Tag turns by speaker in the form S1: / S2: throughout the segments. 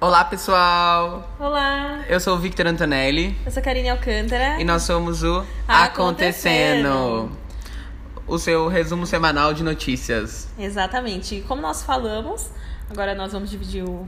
S1: Olá, pessoal!
S2: Olá!
S1: Eu sou o Victor Antonelli
S2: Eu sou a Karine Alcântara.
S1: e nós somos o
S2: Acontecendo.
S1: Acontecendo o seu resumo semanal de notícias.
S2: Exatamente. E como nós falamos, agora nós vamos dividir o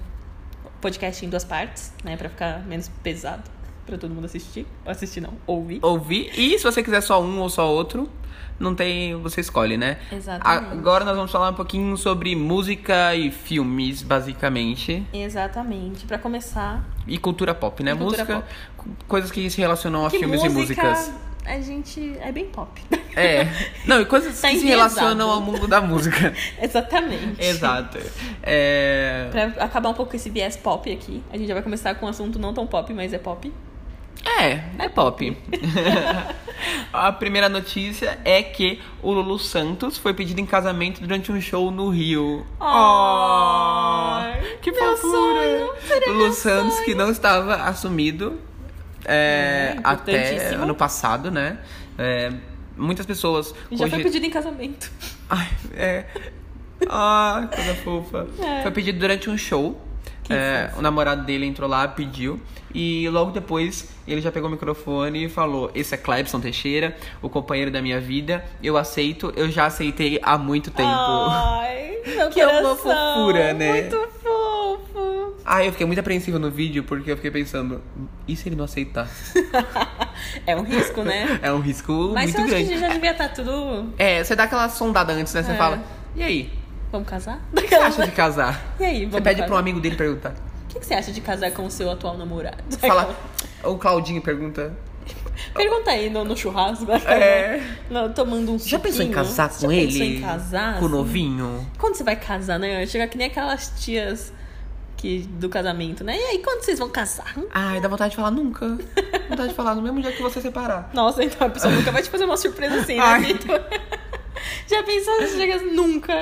S2: podcast em duas partes, né? Pra ficar menos pesado pra todo mundo assistir. Ou assistir não, ouvir.
S1: Ouvir, e se você quiser só um ou só outro, não tem. Você escolhe, né?
S2: Exatamente.
S1: Agora nós vamos falar um pouquinho sobre música e filmes, basicamente.
S2: Exatamente. Pra começar,
S1: E cultura pop, né?
S2: E cultura
S1: música, co- coisas que se relacionam a
S2: que
S1: filmes
S2: música
S1: e músicas.
S2: a gente é bem pop.
S1: É. Não, e coisas
S2: Tá
S1: que se
S2: enviesado.
S1: relacionam ao mundo da música.
S2: Exatamente.
S1: Exato. É...
S2: Pra acabar um pouco com esse viés pop aqui, a gente já vai começar com um assunto não tão pop, mas é pop.
S1: É, é pop. a primeira notícia é que o Lulu Santos foi pedido em casamento durante um show no Rio.
S2: Ai,
S1: Oh, que
S2: meu
S1: fofura!
S2: sonho, seria
S1: Lulu
S2: meu
S1: Santos, que não estava assumido é,
S2: É,
S1: até
S2: importantíssimo.
S1: ano passado, né? É, muitas pessoas.
S2: Já foi
S1: conge-
S2: pedido em casamento.
S1: Ai, é. Ah, coisa fofa.
S2: É.
S1: Foi pedido durante um show.
S2: Que
S1: É, o namorado dele entrou lá, pediu. E logo depois ele já pegou o microfone e falou: Esse é Clebson Teixeira, o companheiro da minha vida. Eu aceito, eu já aceitei há muito tempo.
S2: Ah. Ai, meu
S1: Que é uma
S2: coração,
S1: fofura, né?
S2: Muito fofo.
S1: Ai, eu fiquei muito apreensiva no vídeo porque eu fiquei pensando: E se ele não aceitar?
S2: é um risco, né?
S1: É um risco
S2: Mas
S1: muito
S2: eu acho que a
S1: grande.
S2: gente já devia estar tudo.
S1: É, você dá aquela sondada antes, né? Você
S2: É.
S1: fala: E aí?
S2: Vamos casar?
S1: O que você acha de casar?
S2: E aí, vamos
S1: Você pede
S2: casar?
S1: pra um amigo dele perguntar.
S2: O que que você acha de casar com o seu atual namorado?
S1: Fala. O Claudinho pergunta.
S2: Pergunta aí no, no churrasco. né?
S1: É.
S2: Não, tomando um
S1: Já pensou em
S2: suquinho.
S1: casar com
S2: Já
S1: ele?
S2: Pensou em casar? assim?
S1: Com o novinho?
S2: Quando você vai casar, né? Chega que nem aquelas tias que, do casamento, né? E aí, quando vocês vão casar?
S1: Ai, dá vontade de falar nunca. vontade de falar no mesmo dia que você separar.
S2: Nossa, então a pessoa nunca vai te fazer uma surpresa assim, né,
S1: Ai.
S2: Vitor? Já pensou, você chega assim, nunca.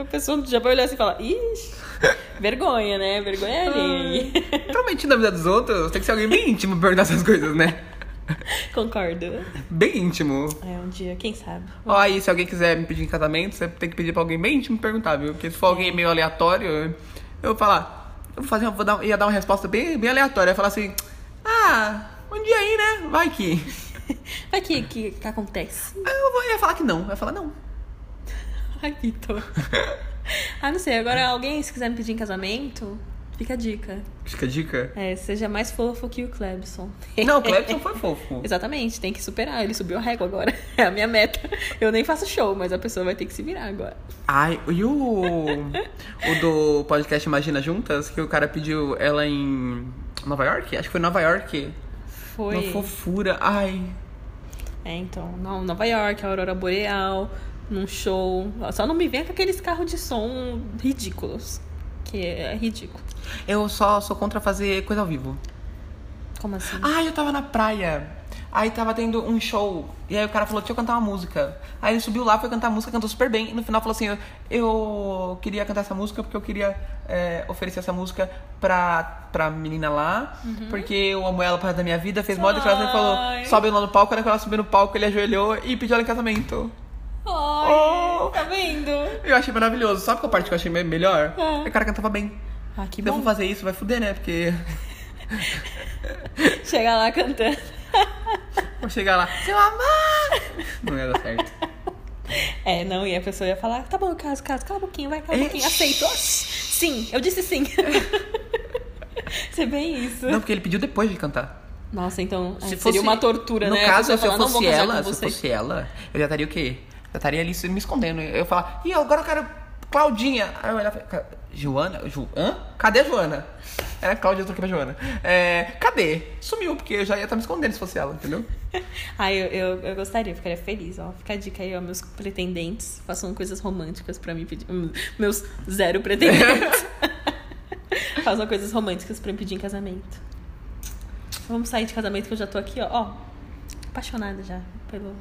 S2: A pessoa já vai olhar assim e falar, ixi, vergonha, né? Vergonha alheia.
S1: Prometido na vida dos outros, tem que ser alguém bem íntimo pra perguntar essas coisas, né?
S2: Concordo.
S1: Bem íntimo.
S2: É, um dia, quem sabe?
S1: Ó, aí, se alguém quiser me pedir em casamento, você tem que pedir pra alguém bem íntimo perguntar, viu? Porque se for alguém meio aleatório, eu vou falar. Eu vou fazer uma, vou dar, ia dar uma resposta bem, bem aleatória. Eu ia falar assim: Ah, um dia aí, né? Vai que.
S2: Vai que, que, que acontece.
S1: Aí eu, vou, eu ia falar que não. Eu ia falar não.
S2: Ai, Vitor. Ah, não sei. Agora, alguém, se quiser me pedir em casamento, fica a dica.
S1: Fica a dica.
S2: É, seja mais fofo que o Clebson.
S1: Não, o Clepton foi fofo.
S2: Exatamente, tem que superar. Ele subiu a régua agora. É a minha meta. Eu nem faço show, mas a pessoa vai ter que se virar agora.
S1: Ai, e o, o do podcast Imagina Juntas, que o cara pediu ela em Nova York? Acho que foi Nova York.
S2: Foi.
S1: Uma fofura. Ai.
S2: É, então, não, Nova York, a Aurora Boreal, num show. Só não me venha com aqueles carros de som ridículos. Que é ridículo.
S1: Eu só sou contra fazer coisa ao vivo.
S2: Como assim?
S1: Ai, eu tava na praia. Aí tava tendo um show. E aí o cara falou, deixa eu cantar uma música. Aí ele subiu lá, foi cantar a música, cantou super bem. E no final falou assim, eu, eu queria cantar essa música porque eu queria é, oferecer essa música pra, pra menina lá. Porque eu amo ela pra da minha vida. Fez mó declaração e falou,
S2: Ai.
S1: sobe lá no palco. Quando ela subiu no palco, ele ajoelhou e pediu ela em casamento.
S2: Ai,
S1: Oh!
S2: tá vendo?
S1: Eu achei maravilhoso. Sabe qual parte que eu achei me- melhor?
S2: Ah.
S1: É. O cara cantava bem.
S2: Ah, que
S1: Se eu for
S2: bom.
S1: fazer isso, vai fuder, né? Porque
S2: Chegar lá cantando.
S1: vou chegar lá, seu amor! Não ia dar certo.
S2: É, não, e a pessoa ia falar, tá bom, caso, caso, cala a boquinha, vai, cala a
S1: É.
S2: boquinha, aceito. Ah, Sim, eu disse sim. Você bem isso.
S1: Não, porque ele pediu depois de cantar.
S2: Nossa, então é,
S1: Se
S2: seria
S1: fosse-
S2: uma tortura,
S1: no
S2: né? A
S1: caso,
S2: pessoa
S1: se eu
S2: falar, "Não vou
S1: fosse
S2: casar
S1: ela,
S2: com
S1: se eu
S2: você."
S1: fosse ela, eu já estaria o quê? Eu estaria ali se- me escondendo. Eu ia falar, ih, agora eu quero Claudinha. Aí eu olhava, "Ca- Joana? Ju, hã? Cadê a Joana? Era a Cláudia, eu troquei pra Joana. É, cadê? Sumiu, porque eu já ia estar me escondendo se fosse ela, entendeu?
S2: Ah, eu, eu, eu gostaria, eu ficaria feliz, ó. Fica a dica aí, ó. Meus pretendentes façam coisas românticas pra mim pedir. hum, Meus zero pretendentes. façam coisas românticas pra me pedir em casamento. Vamos sair de casamento que eu já tô aqui, ó. ó apaixonada já pelo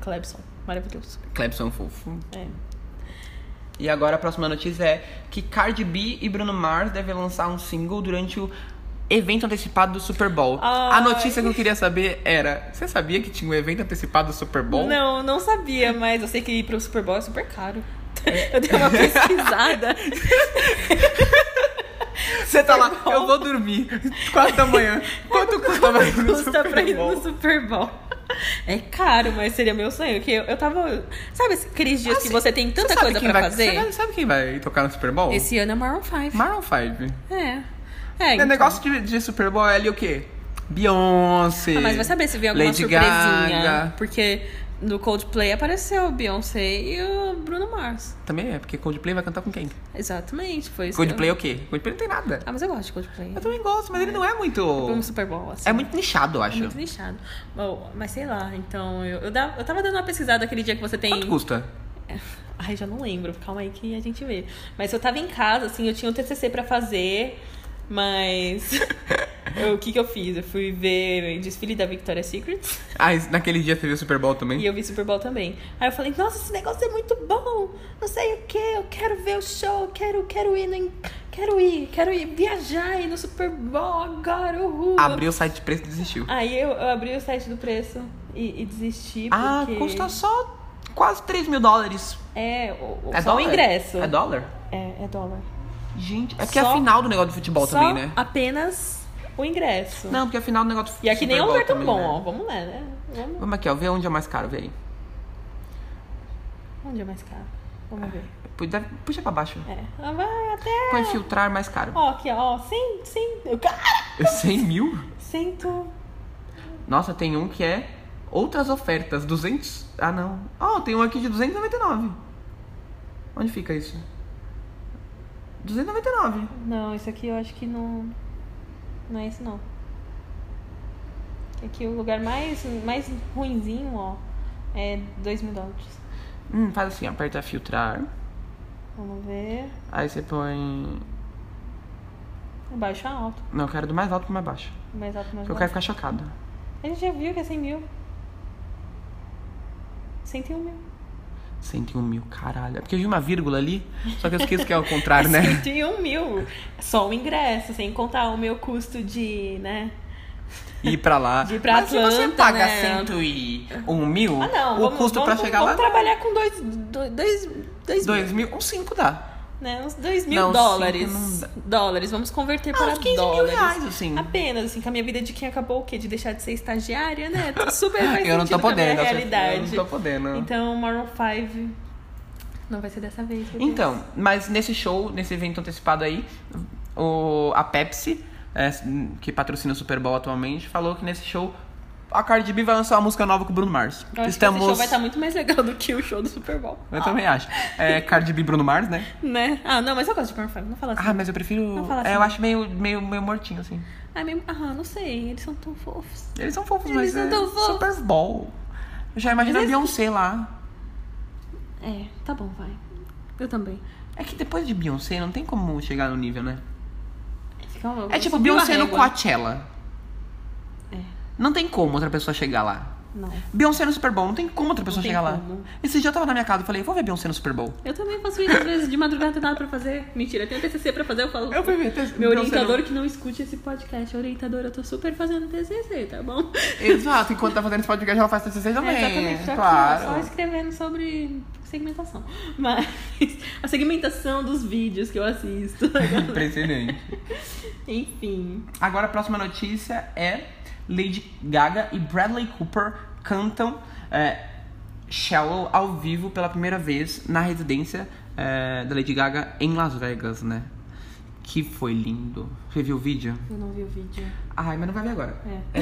S2: Clebson. Maravilhoso.
S1: Clebson fofo.
S2: É.
S1: Hum. E agora a próxima notícia é que Cardi B e Bruno Mars devem lançar um single durante o evento antecipado do Super Bowl. A
S2: Ai.
S1: notícia que eu queria saber era: você sabia que tinha um evento antecipado do Super Bowl?
S2: Não, não sabia, mas eu sei que ir pro Super Bowl é super caro. Eu dei uma pesquisada.
S1: Você tá lá, eu vou dormir. Quatro da manhã. Quanto custa pra ir no
S2: custa
S1: Super
S2: pra ir
S1: Bowl?
S2: no Super Bowl. É caro, mas seria meu sonho. Que eu, eu tava. Sabe aqueles dias que
S1: Assim,
S2: você tem tanta
S1: sabe
S2: coisa
S1: quem
S2: pra
S1: vai-
S2: fazer?
S1: Você sabe quem vai tocar no Super Bowl?
S2: Esse ano é Maroon 5.
S1: Maroon 5.
S2: É. É,
S1: O
S2: então.
S1: negócio de, de Super Bowl é ali o quê? Beyoncé.
S2: Ah, mas vai saber se vem alguma
S1: Lady
S2: surpresinha.
S1: Gaga.
S2: Porque no Coldplay apareceu o Beyoncé e o Bruno Mars.
S1: Também é, porque Coldplay vai cantar com quem?
S2: Exatamente, foi isso. que eu-
S1: Coldplay é o quê? Coldplay não tem nada.
S2: Ah, mas eu gosto de Coldplay.
S1: Eu também gosto, mas ele não é muito.
S2: Foi um Super Bowl, assim.
S1: É muito nichado, eu
S2: É
S1: acho.
S2: muito nichado. Bom, mas sei lá, então eu, eu, dava- eu tava dando uma pesquisada aquele dia que você tem.
S1: Quanto custa?
S2: É. Ai, já não lembro. Calma aí que a gente vê. Mas eu tava em casa, assim, eu tinha o TCC pra fazer, mas... eu- o que que eu fiz? Eu fui ver o desfile da Victoria's Secret
S1: Ah, esse- naquele dia você viu o Super Bowl também?
S2: e eu vi Super Bowl também. Aí eu falei, nossa, esse negócio é muito bom. Não sei o que, eu quero ver o show, quero, quero ir, no- quero ir, quero ir viajar e ir no Super Bowl agora, uhul.
S1: Abriu o site de preço e desistiu.
S2: Aí eu, eu abri o site do preço e, e desisti.
S1: Ah,
S2: porque...
S1: custa só quase 3 mil dólares.
S2: É, o, o-
S1: É
S2: só
S1: dólar?
S2: o ingresso.
S1: É dólar?
S2: É, é dólar.
S1: Gente, é porque é
S2: Só-
S1: a final do negócio do futebol
S2: só
S1: também, né?
S2: apenas o ingresso.
S1: Não, porque é a final do negócio do
S2: E
S1: futebol.
S2: aqui nem é um lugar tão bom, ó.
S1: né?
S2: Vamos lá, né? Vamos...
S1: Vamos aqui, ó, ver onde é mais caro, vê aí.
S2: Onde é mais caro? Vamos ver.
S1: Pu- deve- Puxa pra baixo.
S2: É. Ah, vai até...
S1: Põe filtrar mais caro.
S2: Ó, aqui, ó. 100, 100... Eu- Cara!
S1: 100 mil?
S2: 100...
S1: Nossa, tem um que é outras ofertas, 200... Ah, não. Ó, tem um aqui de 299. Onde fica isso? 299.
S2: Não, isso aqui eu acho que não... Não é isso, não. Aqui o lugar mais, mais ruinzinho, ó, é 2 mil dólares.
S1: Hum, faz assim, aperta filtrar.
S2: Vamos ver.
S1: Aí você põe...
S2: Baixo a alto.
S1: Não, eu quero do mais alto pro mais baixo.
S2: Mais alto, mais
S1: Porque eu
S2: baixo.
S1: quero ficar chocada.
S2: A gente já viu que é 100 mil. 101 mil.
S1: 101 mil, caralho. É porque eu vi uma vírgula ali, só que eu esqueço que é o contrário, né?
S2: 101 mil. Só o ingresso, sem contar o meu custo de, né?
S1: Ir pra lá.
S2: De ir pra
S1: Mas se você
S2: Atlanta,
S1: paga
S2: né?
S1: 101 mil,
S2: Ah, não.
S1: o
S2: vamos,
S1: custo
S2: vamos,
S1: pra chegar lá
S2: vamos trabalhar com dois, dois, dois, dois, mil,
S1: 2 mil, uns 5 dá.
S2: né? Uns 2 mil
S1: Não, cinco
S2: dólares.
S1: não dá.
S2: Dólares. Vamos converter
S1: Ah,
S2: para
S1: uns 15 mil
S2: dólares.
S1: reais, assim.
S2: Apenas, assim, com a minha vida de quem acabou o quê? De deixar de ser estagiária, né? Tô Super faz
S1: Eu não tô
S2: sentido com a minha
S1: podendo. Eu
S2: realidade.
S1: não tô podendo. Então,
S2: Então, Maroon 5 não vai ser dessa vez. meu Deus.
S1: Então, mas nesse show, nesse evento antecipado aí, o, a Pepsi, é, que patrocina o Super Bowl atualmente, falou que nesse show a Cardi B vai lançar uma música nova com o Bruno Mars.
S2: Eu acho que esse show vai tá- estar muito mais legal do que o show do Super Bowl.
S1: Eu também acho. É Cardi B e Bruno Mars, né?
S2: Né? Ah, não, mas eu gosto de Maroon 5, não fala assim.
S1: Ah, mas eu prefiro.
S2: Não fala
S1: é, eu
S2: assim.
S1: acho meio, meio, meio mortinho, assim.
S2: Ah, mesmo... ah, não sei, eles são tão fofos.
S1: Eles são fofos,
S2: Eles
S1: mas.
S2: são
S1: é
S2: tão fofos.
S1: Super Bowl. Eu já imagino a
S2: Eles-
S1: Beyoncé lá.
S2: É, tá bom, vai. Eu também.
S1: É que depois de Beyoncé não tem como chegar no nível, né?
S2: Fica uma-
S1: É tipo
S2: subiu a
S1: Beyoncé no
S2: régua.
S1: Coachella.
S2: É,
S1: Não tem como outra pessoa chegar lá.
S2: não.
S1: Beyoncé no Super Bowl, não tem como outra pessoa
S2: tem
S1: chegar
S2: como.
S1: lá. Esse dia eu tava na minha casa e falei, vou ver Beyoncé no Super Bowl.
S2: Eu também faço isso às vezes, de madrugada não tem nada pra fazer. Mentira, eu tenho TCC pra fazer, eu falo...
S1: Eu fui ver TCC,
S2: Meu
S1: então
S2: orientador
S1: você não-
S2: que não escute esse podcast. Orientador, eu tô super fazendo TCC, tá bom?
S1: Exato, enquanto tá fazendo esse podcast, ela faz TCC também.
S2: É, exatamente, só,
S1: claro.
S2: que, só escrevendo sobre segmentação. Mas a segmentação dos vídeos que eu assisto.
S1: Impressionante.
S2: Enfim.
S1: Agora a próxima notícia é Lady Gaga e Bradley Cooper cantam é, Shallow ao vivo pela primeira vez na residência é, da Lady Gaga em Las Vegas, né? Que foi lindo. Você viu o vídeo?
S2: Eu não vi o vídeo.
S1: Ai, mas não vai ver agora.
S2: É.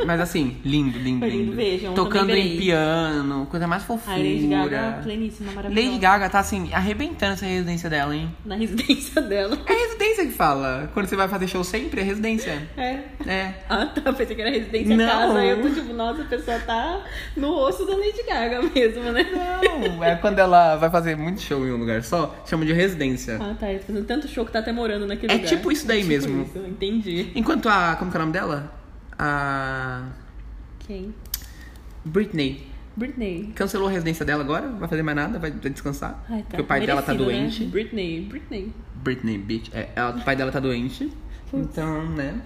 S1: É, mas assim, lindo, lindo,
S2: Foi lindo,
S1: lindo.
S2: vejam, eu
S1: Tocando
S2: também
S1: em
S2: verei.
S1: piano, coisa mais
S2: A
S1: fofura.
S2: Lady Gaga, é pleníssima, maravilhosa.
S1: Lady Gaga tá assim, arrebentando essa residência dela, hein?
S2: Na residência dela.
S1: É a residência que fala. Quando você vai fazer show sempre, é residência.
S2: É.
S1: É.
S2: Ah, tá. Eu Pensei que era residência
S1: Não.
S2: casa. Aí eu tô tipo, nossa, a pessoa tá no osso da Lady Gaga mesmo, né?
S1: Não, é quando ela vai fazer muito show em um lugar só, chama de residência.
S2: Ah, tá. eu tô Fazendo tanto show que tá até morando naquele
S1: É
S2: lugar.
S1: tipo isso daí mesmo.
S2: isso, entendi.
S1: Enquanto a. Como que é o nome dela? A.
S2: Quem?
S1: Britney
S2: Britney.
S1: cancelou a residência dela agora, não vai fazer mais nada, vai vai descansar.
S2: Ai, tá.
S1: Porque o pai dela tá
S2: Merecido, né?
S1: doente.
S2: Britney, Britney.
S1: Britney, bitch. É, ela- o pai dela tá doente.
S2: Putz.
S1: Então, né?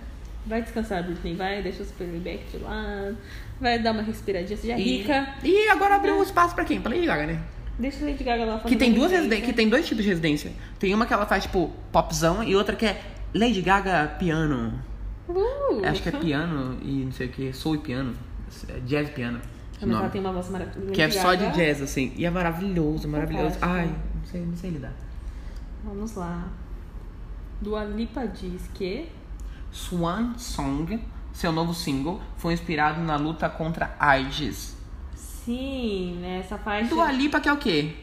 S2: Vai descansar, Britney. Vai, deixa o Superback de lado. Vai dar uma respiradinha. Seja
S1: E-
S2: é rica.
S1: E, agora abriu um espaço pra quem? Pra Lady Gaga, né?
S2: Deixa a Lady Gaga lá
S1: Que
S2: fazendo
S1: tem duas
S2: residência.
S1: residências, que tem dois tipos de residência. Tem uma que ela faz, tipo, popzão e outra que é Lady Gaga piano.
S2: Uh,
S1: Acho que é piano e não sei o que, soul e piano. É Jazz piano.
S2: Mas
S1: o
S2: ela
S1: nome.
S2: tem um uma voz maravilhosa.
S1: Que é só de jazz, assim. E é maravilhoso, maravilhoso.
S2: Fantástico.
S1: Ai, não sei, não sei lidar.
S2: Vamos lá. Dua Lipa diz que...
S1: Swan Song, seu novo single, foi inspirado na luta contra AIDS.
S2: Sim, né? Essa parte...
S1: Dua Lipa que é o quê?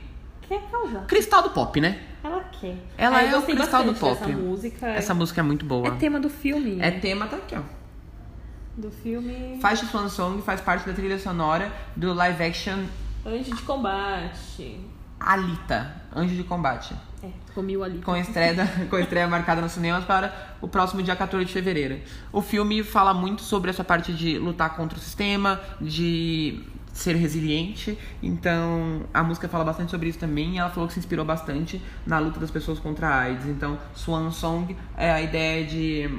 S2: Quer causar.
S1: Cristal do pop, né?
S2: Ela quer.
S1: Ela
S2: Ah,
S1: é
S2: eu
S1: o
S2: gostei
S1: cristal do
S2: bastante
S1: pop.
S2: Dessa música.
S1: Essa música é muito
S2: é
S1: boa.
S2: tema do filme.
S1: É tema, tá aqui, ó.
S2: Do filme
S1: Faixa Swan Song faz parte da trilha sonora do live action
S2: Anjo de Combate.
S1: Alita, Anjo de Combate.
S2: É, comi o ali.
S1: com a estreia, da- com a estreia marcada nos cinemas para o próximo dia 14 de fevereiro. O filme fala muito sobre essa parte de lutar contra o sistema, de ser resiliente. Então, a música fala bastante sobre isso também. E ela falou que se inspirou bastante na luta das pessoas contra a AIDS. Então, Swan Song é a ideia de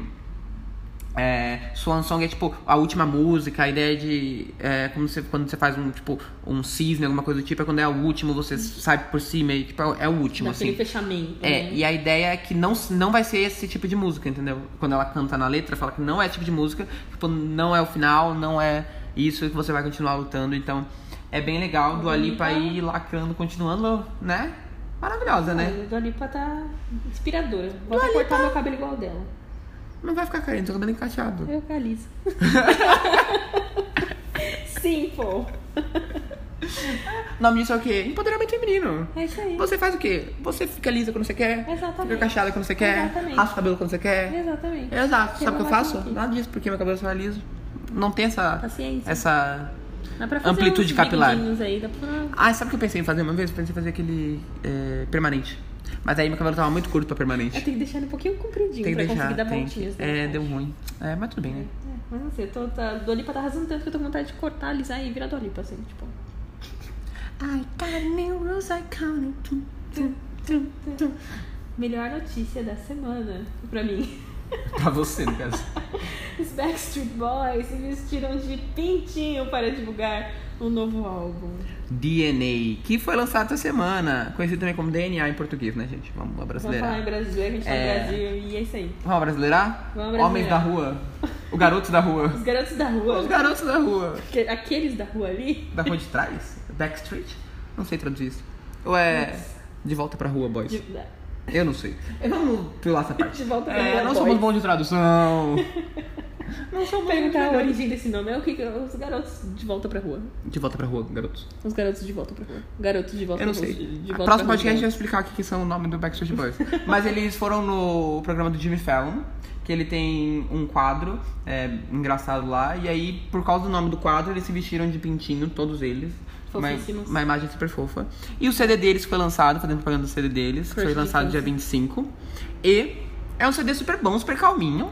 S1: é, Swan Song é tipo a última música, a ideia de. É, como você, quando você faz um tipo um cisne, alguma coisa do tipo, é quando é o último, você sai por cima e tipo, é, o- é o último,
S2: Daquele
S1: assim.
S2: fechamento.
S1: É,
S2: né?
S1: e a ideia é que não, se- não vai ser esse tipo de música, entendeu? Quando ela canta na letra, fala que não é esse tipo de música, tipo, não é o final, não é isso que você vai continuar lutando, então é bem legal
S2: Uhum.
S1: do Alipa aí lacrando, continuando, né? Maravilhosa, né?
S2: Olha, a Dua Lipa tá inspiradora. Vou até cortar meu cabelo igual dela.
S1: Não vai ficar carente, tô cabelo encaixado.
S2: Eu calizo. Sim, pô.
S1: O nome disso é o quê? Empoderamento feminino.
S2: É isso aí.
S1: Você faz o quê? Você fica lisa quando você quer,
S2: Exatamente.
S1: fica cacheada quando você quer,
S2: Exatamente.
S1: raspa o cabelo quando você quer.
S2: Exatamente.
S1: Exato. Sabe o que
S2: Tem
S1: eu
S2: uma Tá
S1: faço?
S2: máquina
S1: Nada disso, porque meu cabelo só é liso. Não tem essa.
S2: Paciência.
S1: Essa.
S2: Dá pra fazer
S1: Amplitude
S2: uns
S1: capilar.
S2: bigodinhos Aí, dá pra...
S1: Ah, sabe o que eu pensei em fazer uma vez? Eu pensei em fazer aquele é, permanente. Mas aí meu cabelo tava muito curto pra permanente.
S2: Eu tenho que deixar ele um pouquinho compridinho
S1: Tem que
S2: pra
S1: deixar.
S2: conseguir dar
S1: tem que-
S2: voltinhas. né?
S1: É, deu ruim. É, mas tudo bem, né?
S2: É, Mas não sei, eu tô, tá, Dua Lipa tá arrasando tanto que eu tô com vontade de cortar, alisar e virar Dua Lipa, assim, tipo...
S1: I got new rules, I count
S2: Melhor notícia da semana pra mim.
S1: Pra você, no caso.
S2: Os Backstreet Boys se vestiram de pintinho para divulgar um novo álbum.
S1: DNA, que foi lançado essa semana. Conhecido também como DNA em português, né, gente? Vamos
S2: Vamos
S1: brasileirar.
S2: falar em brasileiro, a gente tá
S1: É.
S2: no Brasil e é isso aí.
S1: Vamos brasileirar?
S2: Vamos
S1: Homens da rua. O garoto da rua.
S2: Os garotos da rua,
S1: Os garotos da rua.
S2: que- aqueles da rua ali,
S1: Da rua de trás? Backstreet? Não sei traduzir isso. Ou é. De volta pra rua, boys.
S2: de, da-
S1: Eu não sei. Eu não pular essa parte.
S2: de volta pra
S1: É,
S2: rua,
S1: não
S2: boys.
S1: somos bons de tradução.
S2: Não sou perguntar a origem desse nome, é o que que- os garotos de volta pra rua.
S1: De volta pra rua, garotos.
S2: Os garotos de volta pra rua. Garotos de volta
S1: Eu não
S2: pra rua.
S1: sei.
S2: de- de
S1: O
S2: volta
S1: próximo
S2: pra rua.
S1: podcast a gente vai explicar o que, que são o nome do Backstreet Boys. Mas eles foram no programa do Jimmy Fallon, que ele tem um quadro é, engraçado lá. E aí, por causa do nome do quadro, eles se vestiram de pintinho, todos eles. Uma,
S2: Fofíssimos.
S1: uma imagem super fofa. E o CD deles foi lançado, fazendo propaganda do CD deles. que
S2: Crush
S1: foi
S2: de
S1: lançado dia
S2: infância.
S1: 25. E é um CD super bom, super calminho.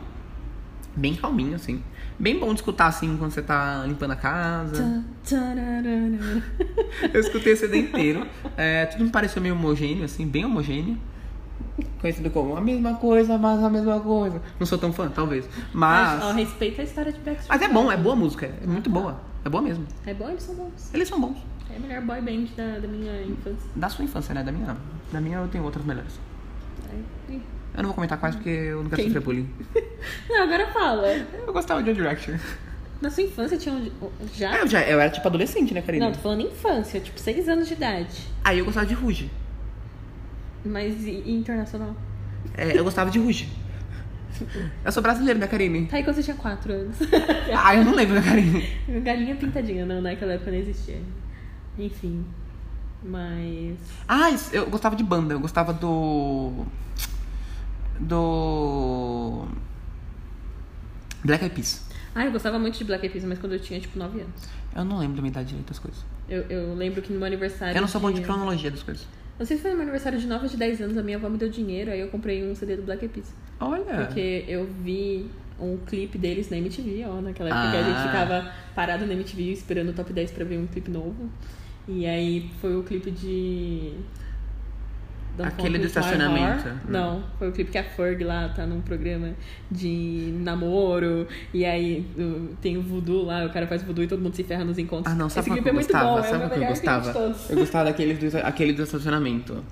S1: Bem calminho, assim. Bem bom de escutar, assim, quando você tá limpando a casa.
S2: Tararara.
S1: Eu escutei o CD inteiro. É, tudo me pareceu meio homogêneo, assim, bem homogêneo. Conhecido como a mesma coisa, mas a mesma coisa. Não sou tão fã, talvez.
S2: Mas, ó,
S1: Mas.
S2: respeita a história de Backstreet
S1: Mas é bom, é boa a música. É muito boa. É boa mesmo.
S2: É bom, eles são bons.
S1: Eles são bons.
S2: É a melhor boy band da, da minha infância.
S1: Da sua infância, né? Da minha não. Da minha eu tenho outras melhores.
S2: Ai, ih.
S1: Eu não vou comentar quais porque eu não quero
S2: Quem?
S1: sofrer bullying.
S2: Não, agora fala.
S1: Eu gostava de One Direction.
S2: Na sua infância tinha um...
S1: Ah,
S2: Já?
S1: eu, já, eu era tipo adolescente, né, Karina?
S2: Não, tô falando infância, tipo, seis anos de idade.
S1: Aí eu gostava de Ruge.
S2: Mas e, e internacional?
S1: É, eu gostava de Ruge. Eu sou brasileiro, né, Karine?
S2: Tá aí quando você tinha quatro anos.
S1: Ah, eu não lembro, né, Karine?
S2: Galinha pintadinha, não, naquela época não existia. Enfim. Mas.
S1: Ah, isso- eu gostava de banda. Eu gostava do. Do. Black Eyed Peas.
S2: Ah, eu gostava muito de Black Eyed Peas, mas quando eu tinha, tipo, nove anos.
S1: Eu não lembro da minha idade direito das coisas.
S2: Eu, eu lembro que no meu aniversário.
S1: Eu não sou bom de cronologia das coisas.
S2: Não sei se foi no meu aniversário de 9 ou de 10 anos, a minha avó me deu dinheiro, aí eu comprei um CD do Black Eyed Peas.
S1: Olha.
S2: Porque eu vi um clipe deles na MTV, ó, naquela época
S1: Ah.
S2: que a gente ficava parado na MTV esperando o top 10 pra ver um clipe novo. E aí foi o clipe de. Don't
S1: Aquele
S2: Fuck
S1: do
S2: With My
S1: estacionamento.
S2: Heart. Não, foi o clipe que a Ferg lá tá num programa de namoro. E aí uh, tem o voodoo lá, o cara faz voodoo e todo mundo se ferra nos encontros.
S1: Ah, não, sabe
S2: Esse
S1: qual
S2: clipe
S1: que
S2: é
S1: eu
S2: muito
S1: gostava?
S2: bom, é o
S1: sabe
S2: meu
S1: qual que eu
S2: melhor clipe
S1: gostava?
S2: de todos.
S1: Eu gostava daquele do, aquele do estacionamento.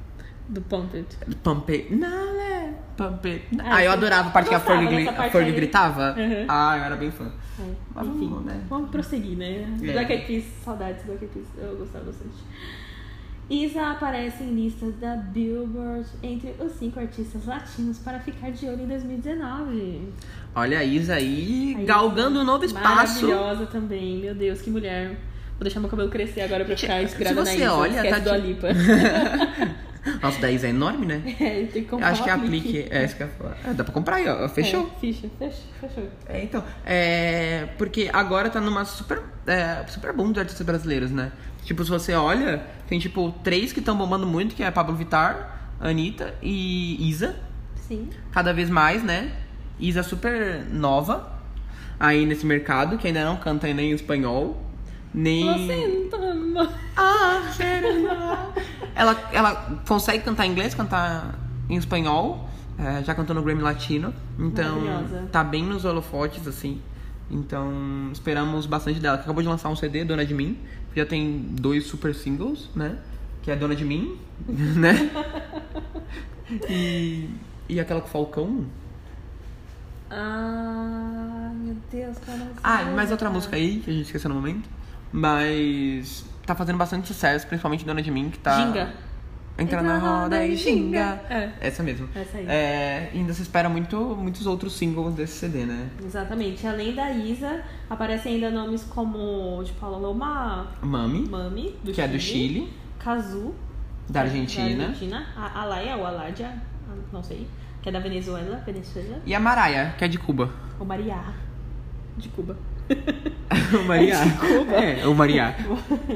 S2: Do Pumped.
S1: Pompei. Não, né? Pump it.
S2: Ah,
S1: Ah, eu
S2: eu
S1: adorava a parte que a
S2: gostava
S1: Ferg, gri-
S2: dessa
S1: a
S2: parte
S1: Ferg
S2: aí.
S1: gritava.
S2: Uhum.
S1: Ah, eu era bem fã.
S2: É,
S1: Mas
S2: enfim,
S1: vamos, né?
S2: vamos prosseguir, né?
S1: É.
S2: Black Eyed Peas, saudades do Black Eyed Peas, eu gostava bastante. Isa aparece em listas da Billboard entre os cinco artistas latinos para ficar de olho em 2019.
S1: Olha a Isa aí,
S2: Aí,
S1: galgando um novo espaço.
S2: Maravilhosa também, meu Deus, que mulher. Vou deixar meu cabelo crescer agora pra
S1: Gente,
S2: ficar inspirada
S1: se
S2: na
S1: você
S2: Isa.
S1: olha,
S2: Esquece
S1: tá
S2: do
S1: de-
S2: Alipa.
S1: Nossa, da Isa é enorme, né?
S2: é, tem que
S1: Eu
S2: comprar
S1: acho
S2: um
S1: que é aplique. É, isso que eu ia falar. É, dá pra comprar aí, ó. Fechou.
S2: É, ficha, fechou, fechou.
S1: É, então, é, porque agora tá numa super, é, super boom dos artistas brasileiros, né? Tipo, se você olha, tem tipo três que estão bombando muito, que é Pablo Vittar, Anitta e Isa.
S2: Sim.
S1: Cada vez mais, né? Isa super nova aí nesse mercado, que ainda não canta nem em espanhol, nem...
S2: Você não tá...
S1: Ah, sério, não. ela, ela consegue cantar em inglês, cantar em espanhol. é, já cantou no Grammy Latino. Então,
S2: Maravilhosa.
S1: tá bem nos holofotes, assim. Então, esperamos bastante dela. que Acabou de lançar um CD, Dona de Mim. que Já tem dois super singles, né? Que é Dona de Mim, né? E, e aquela com o Falcão.
S2: Ah, meu Deus, qual é
S1: Ah, e mais outra música aí, que a gente esqueceu no momento. Mas tá fazendo bastante sucesso, principalmente Dona de Mim, que tá...
S2: Ginga.
S1: Entra, na roda e xinga.
S2: É.
S1: Essa mesmo.
S2: Essa aí.
S1: É, e ainda se espera muito, muitos outros singles desse CD, né?
S2: Exatamente. Além da Isa, aparecem ainda nomes como de Paula Loma,
S1: Mami,
S2: Mami, do
S1: que é do Chile, É,
S2: Kazu,
S1: da Argentina.
S2: da Argentina. A Alaia ou Aladia, não sei, que é da Venezuela, Venezuela.
S1: E a Mariah, que é de Cuba.
S2: Ou Mariá, de Cuba.
S1: o Mariah. É, o Mariah.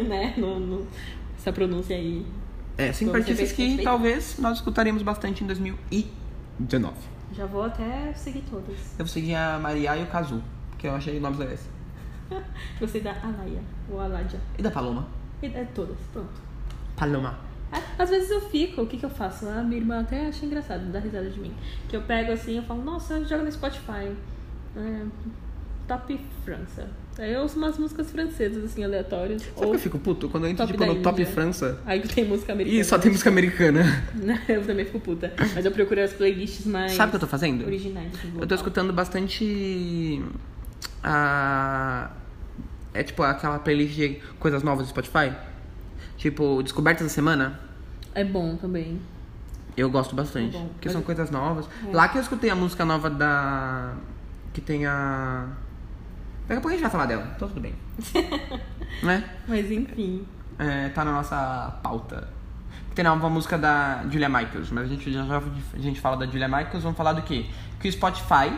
S2: né? No, no- essa pronúncia aí.
S1: É, cinco
S2: Vamos
S1: artistas
S2: ver
S1: que
S2: respeito.
S1: talvez nós escutaremos bastante em 2019.
S2: Já vou até seguir todas.
S1: Eu vou seguir a Mariah e o Kazu, que eu achei nomes legais.
S2: Você da Alaia ou Aladia.
S1: E da Paloma.
S2: E é todas, pronto.
S1: Paloma.
S2: Ah, Às vezes eu fico, o que, que eu faço? A minha irmã até acha engraçado, dá risada de mim. Que eu pego assim eu falo, nossa, joga no Spotify. É, top França. Aí eu ouço umas músicas francesas, assim, aleatórias.
S1: Sabe
S2: Ou...
S1: que eu fico puto quando eu entro
S2: Top
S1: tipo,
S2: da
S1: no Oh, Top
S2: Índia.
S1: França
S2: Aí que tem música americana.
S1: e só tem música americana?
S2: Eu também fico puta. Mas eu procuro as playlists mais.
S1: Sabe o que eu tô fazendo?
S2: Originais. assim,
S1: Eu tô
S2: global.
S1: escutando bastante. A. É tipo aquela playlist de coisas novas do Spotify. Tipo, descobertas da semana.
S2: É bom também.
S1: Eu gosto bastante.
S2: Tá bom.
S1: porque
S2: Mas- É.
S1: são coisas novas. Lá que eu escutei a música nova da. Que tem a. Daqui a pouco a gente vai falar dela, então tudo bem. né?
S2: Mas enfim.
S1: É, tá na nossa pauta. Que Tem uma música da Julia Michaels, mas a gente já, já a gente fala da Julia Michaels, vamos falar do quê? Que o Spotify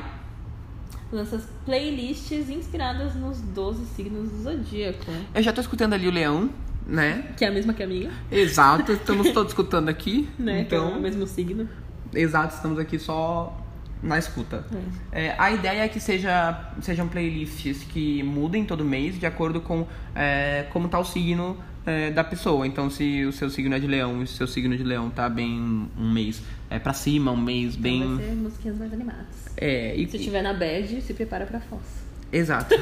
S2: Lança as playlists inspiradas nos 12 signos do zodíaco.
S1: Eu já tô escutando ali o Leão, né?
S2: Que é a mesma que a minha,
S1: Exato, estamos todos escutando aqui.
S2: né? Que é o
S1: Então,
S2: mesmo signo.
S1: exato, estamos aqui só na escuta. É, a ideia é que seja, sejam playlists que mudem todo mês de acordo com é, como tá o signo é, da pessoa. Então, se o seu signo é de leão e se o seu signo de leão tá bem um mês é, para cima, um mês
S2: Então
S1: bem.
S2: vai ser musiquinhas mais animadas.
S1: É, e-
S2: Se tiver na bad, se prepara pra fossa.
S1: Exato.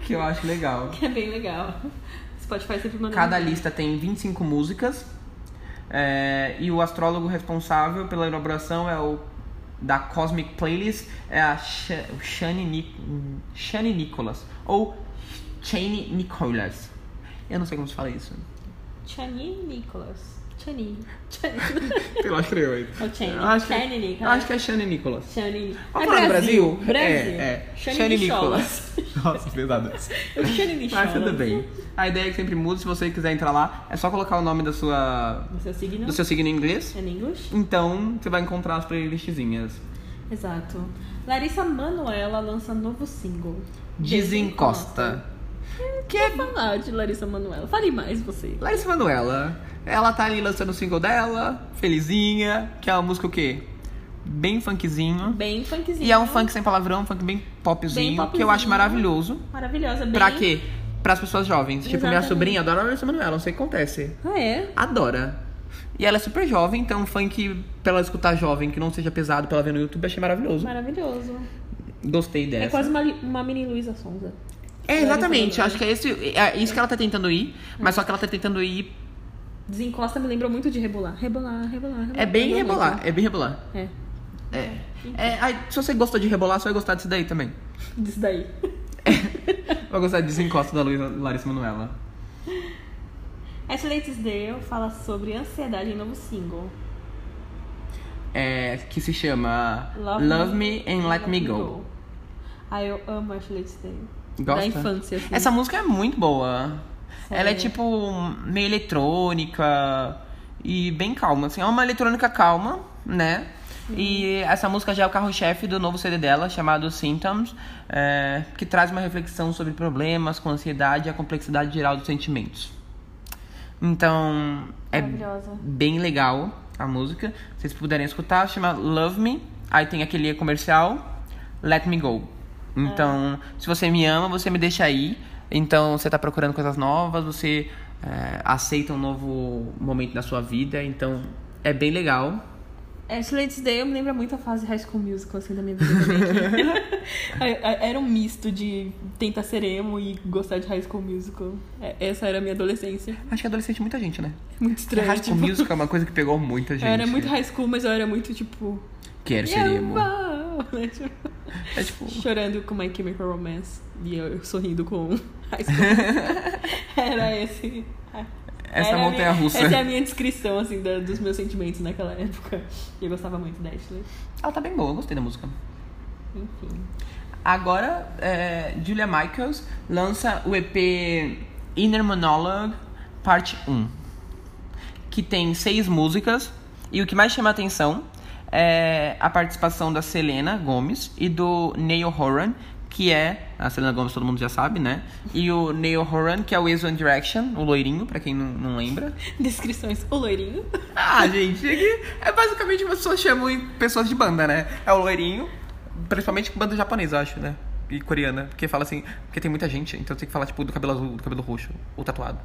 S1: que eu acho legal.
S2: Que é bem legal. Spotify sempre manda.
S1: Cada lista tem 25 músicas. é, e o astrólogo responsável pela elaboração é o da Cosmic Playlist, é a Sha- o Shane, Ni- Shane Nicholas. Ou Shane Nicholas. Eu não sei como se fala isso.
S2: Chani Nicholas. Chani.
S1: Eu acho que é eu.
S2: O Chani.
S1: Eu acho que-
S2: Chani
S1: eu
S2: Nicholas.
S1: acho que é Shane Nicholas.
S2: Chani.
S1: Vamos falar do Brasil?
S2: É Brasil.
S1: É, é.
S2: Chani Nicholas.
S1: Nossa, pesado.
S2: O Chani Nicholas.
S1: Mas Ah, tudo bem. A ideia é que sempre muda. Se você quiser entrar lá, é só colocar o nome da sua,
S2: O seu signo?
S1: do seu signo em inglês.
S2: É em inglês?
S1: Então, você vai encontrar as playlistzinhas.
S2: Exato. Larissa Manoela lança novo single.
S1: Desencosta.
S2: Que é falar de Larissa Manoela. Fale mais você.
S1: Larissa Manoela. Ela tá ali lançando o single dela, Felizinha, que é uma música o quê? Bem funkzinho.
S2: Bem funkzinho.
S1: E é um funk sem palavrão, um funk bem popzinho,
S2: Bem
S1: que eu acho
S2: popzinho.
S1: maravilhoso.
S2: Maravilhosa, bem.
S1: Pra quê? Pras pessoas jovens. Tipo, minha
S2: Exatamente.
S1: sobrinha adora Larissa Manoela, não sei o que acontece.
S2: Ah, é?
S1: Adora. E ela é super jovem, então um funk pra ela escutar jovem, que não seja pesado pra ela ver no YouTube, achei maravilhoso.
S2: Maravilhoso.
S1: Gostei dessa.
S2: É quase uma, li- uma mini Luísa Sonza.
S1: É, exatamente.
S2: Larissa Manoela.
S1: Acho que é, esse, é isso que ela tá tentando ir. Mas só que ela tá tentando ir.
S2: Desencosta me lembrou muito de rebolar. Rebolar, rebolar, rebolar.
S1: É bem
S2: Lembra muito.
S1: rebolar. É bem rebolar.
S2: É.
S1: É. É, aí, se você gostou de rebolar, você vai gostar disso daí também.
S2: Disso daí.
S1: Vai gostar de desencosto da Luísa Larissa Manoela.
S2: At Latest Day fala sobre ansiedade em novo single.
S1: É, que se chama Love, Me and Let Me Go.
S2: Ai, Ah, eu amo At Latest Day.
S1: Gosta?
S2: Da infância, assim.
S1: Essa música é muito boa.
S2: Sério?
S1: Ela é tipo meio eletrônica e bem calma, assim. É uma eletrônica calma, né? E
S2: Uhum.
S1: essa música já é o carro-chefe do novo CD dela, chamado Symptoms, é, que traz uma reflexão sobre problemas com ansiedade e a complexidade geral dos sentimentos. Então, é
S2: Maravilhosa.
S1: bem legal a música. Se vocês puderem escutar, chama Love Me. Aí tem aquele comercial Let Me Go. Então, se você me ama, você me deixa aí. Então, você tá procurando coisas novas, você é, aceita um novo momento da sua vida. Então, é bem legal.
S2: At Latest Day me lembra muito a fase High School Musical, assim, da minha vida. também, que- É, é, era um misto de tentar ser emo e gostar de High School Musical. É, essa era a minha adolescência.
S1: Acho que adolescente muita gente, né?
S2: Muito estranho.
S1: High School
S2: tipo,
S1: Musical é uma coisa que pegou muita gente. né?
S2: Eu era muito high school, mas eu era muito, tipo...
S1: Quero ser emo.
S2: "Eu vou", né, tipo,
S1: É tipo...
S2: Chorando com My Chemical Romance e eu, eu sorrindo com High School. Era esse.
S1: Essa
S2: era a
S1: montanha
S2: minha-
S1: russa.
S2: Essa é a minha descrição, assim, da- dos meus sentimentos naquela época. E eu gostava muito da Ashley.
S1: Ela tá bem boa, eu gostei da música.
S2: Enfim.
S1: Agora, é, Julia Michaels lança o EP Inner Monologue Parte 1, que tem seis músicas. E o que mais chama a atenção é a participação da Selena Gomes e do Neil Horan, que é. A Selena Gomes todo mundo já sabe, né? E o Neil Horan, que é o Ex One Direction, o loirinho, pra quem não, não lembra.
S2: Descrições. O loirinho.
S1: Ah, gente, é que é basicamente uma pessoa chamam pessoas de banda, né? É o loirinho, principalmente banda japonesa, eu acho, né? E coreana, porque fala assim, porque tem muita gente, então tem que falar tipo do cabelo azul, do cabelo roxo, ou tatuado.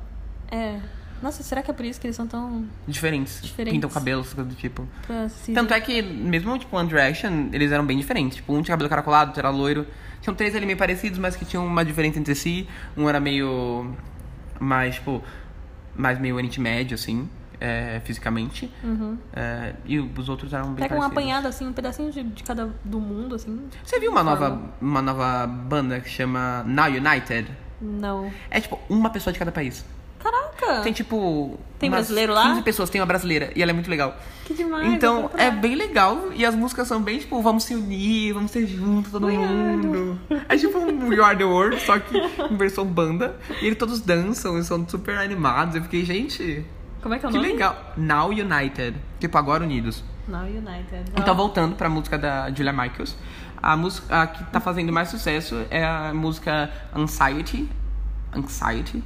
S2: É. Nossa, será que é por isso que eles são tão.
S1: Diferentes.
S2: Diferentes.
S1: Pintam cabelos, coisa do tipo.
S2: pra se-
S1: Tanto é que, mesmo tipo One Direction, eles eram bem diferentes. Tipo, um tinha cabelo caracolado, outro era loiro. Tinham três ali meio parecidos, mas que tinham uma diferença entre si. Um era meio. mais, tipo. mais meio Oriente Médio, assim, é, fisicamente. É, e os outros eram bem
S2: Uhum. Pega um
S1: parecidos.
S2: apanhado, assim, um pedacinho de, de cada. do mundo, assim.
S1: Você viu uma nova,
S2: Fala.
S1: uma nova banda que chama Now United?
S2: Não.
S1: É tipo uma pessoa de cada país.
S2: Caraca!
S1: Tem tipo.
S2: Ah. Tem
S1: umas
S2: brasileiro lá?
S1: 15 pessoas, tem uma brasileira e ela é muito legal.
S2: Que demais!
S1: então
S2: eu vou
S1: é
S2: procurar.
S1: bem legal e as músicas são bem tipo, vamos se unir, vamos ser juntos, todo
S2: We are the
S1: mundo. É tipo um You Are the World, só que em versão banda. E eles todos dançam e são super animados. Eu fiquei, gente,
S2: Como é que é o
S1: que
S2: nome?
S1: legal. Now United. Tipo, agora unidos.
S2: Now United.
S1: Então, voltando pra música da Julia Michaels, a música a que tá fazendo mais sucesso é a música Anxiety. Anxiety,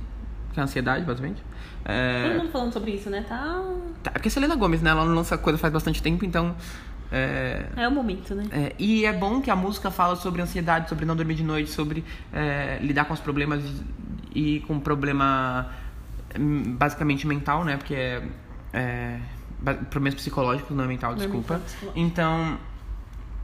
S1: que é ansiedade, basicamente.
S2: Todo
S1: É,
S2: mundo falando sobre isso, né? Tá.
S1: tá, porque a Selena Gomes, né? Ela não lança coisa faz bastante tempo, então. é,
S2: É o momento, né?
S1: é, e é bom que a música fala sobre ansiedade, sobre não dormir de noite, sobre é, lidar com os problemas e com problema hum, basicamente mental, né? Porque é, é, ba- problemas psicológicos, não é mental,
S2: Não é
S1: desculpa.
S2: mental, psicológico.
S1: então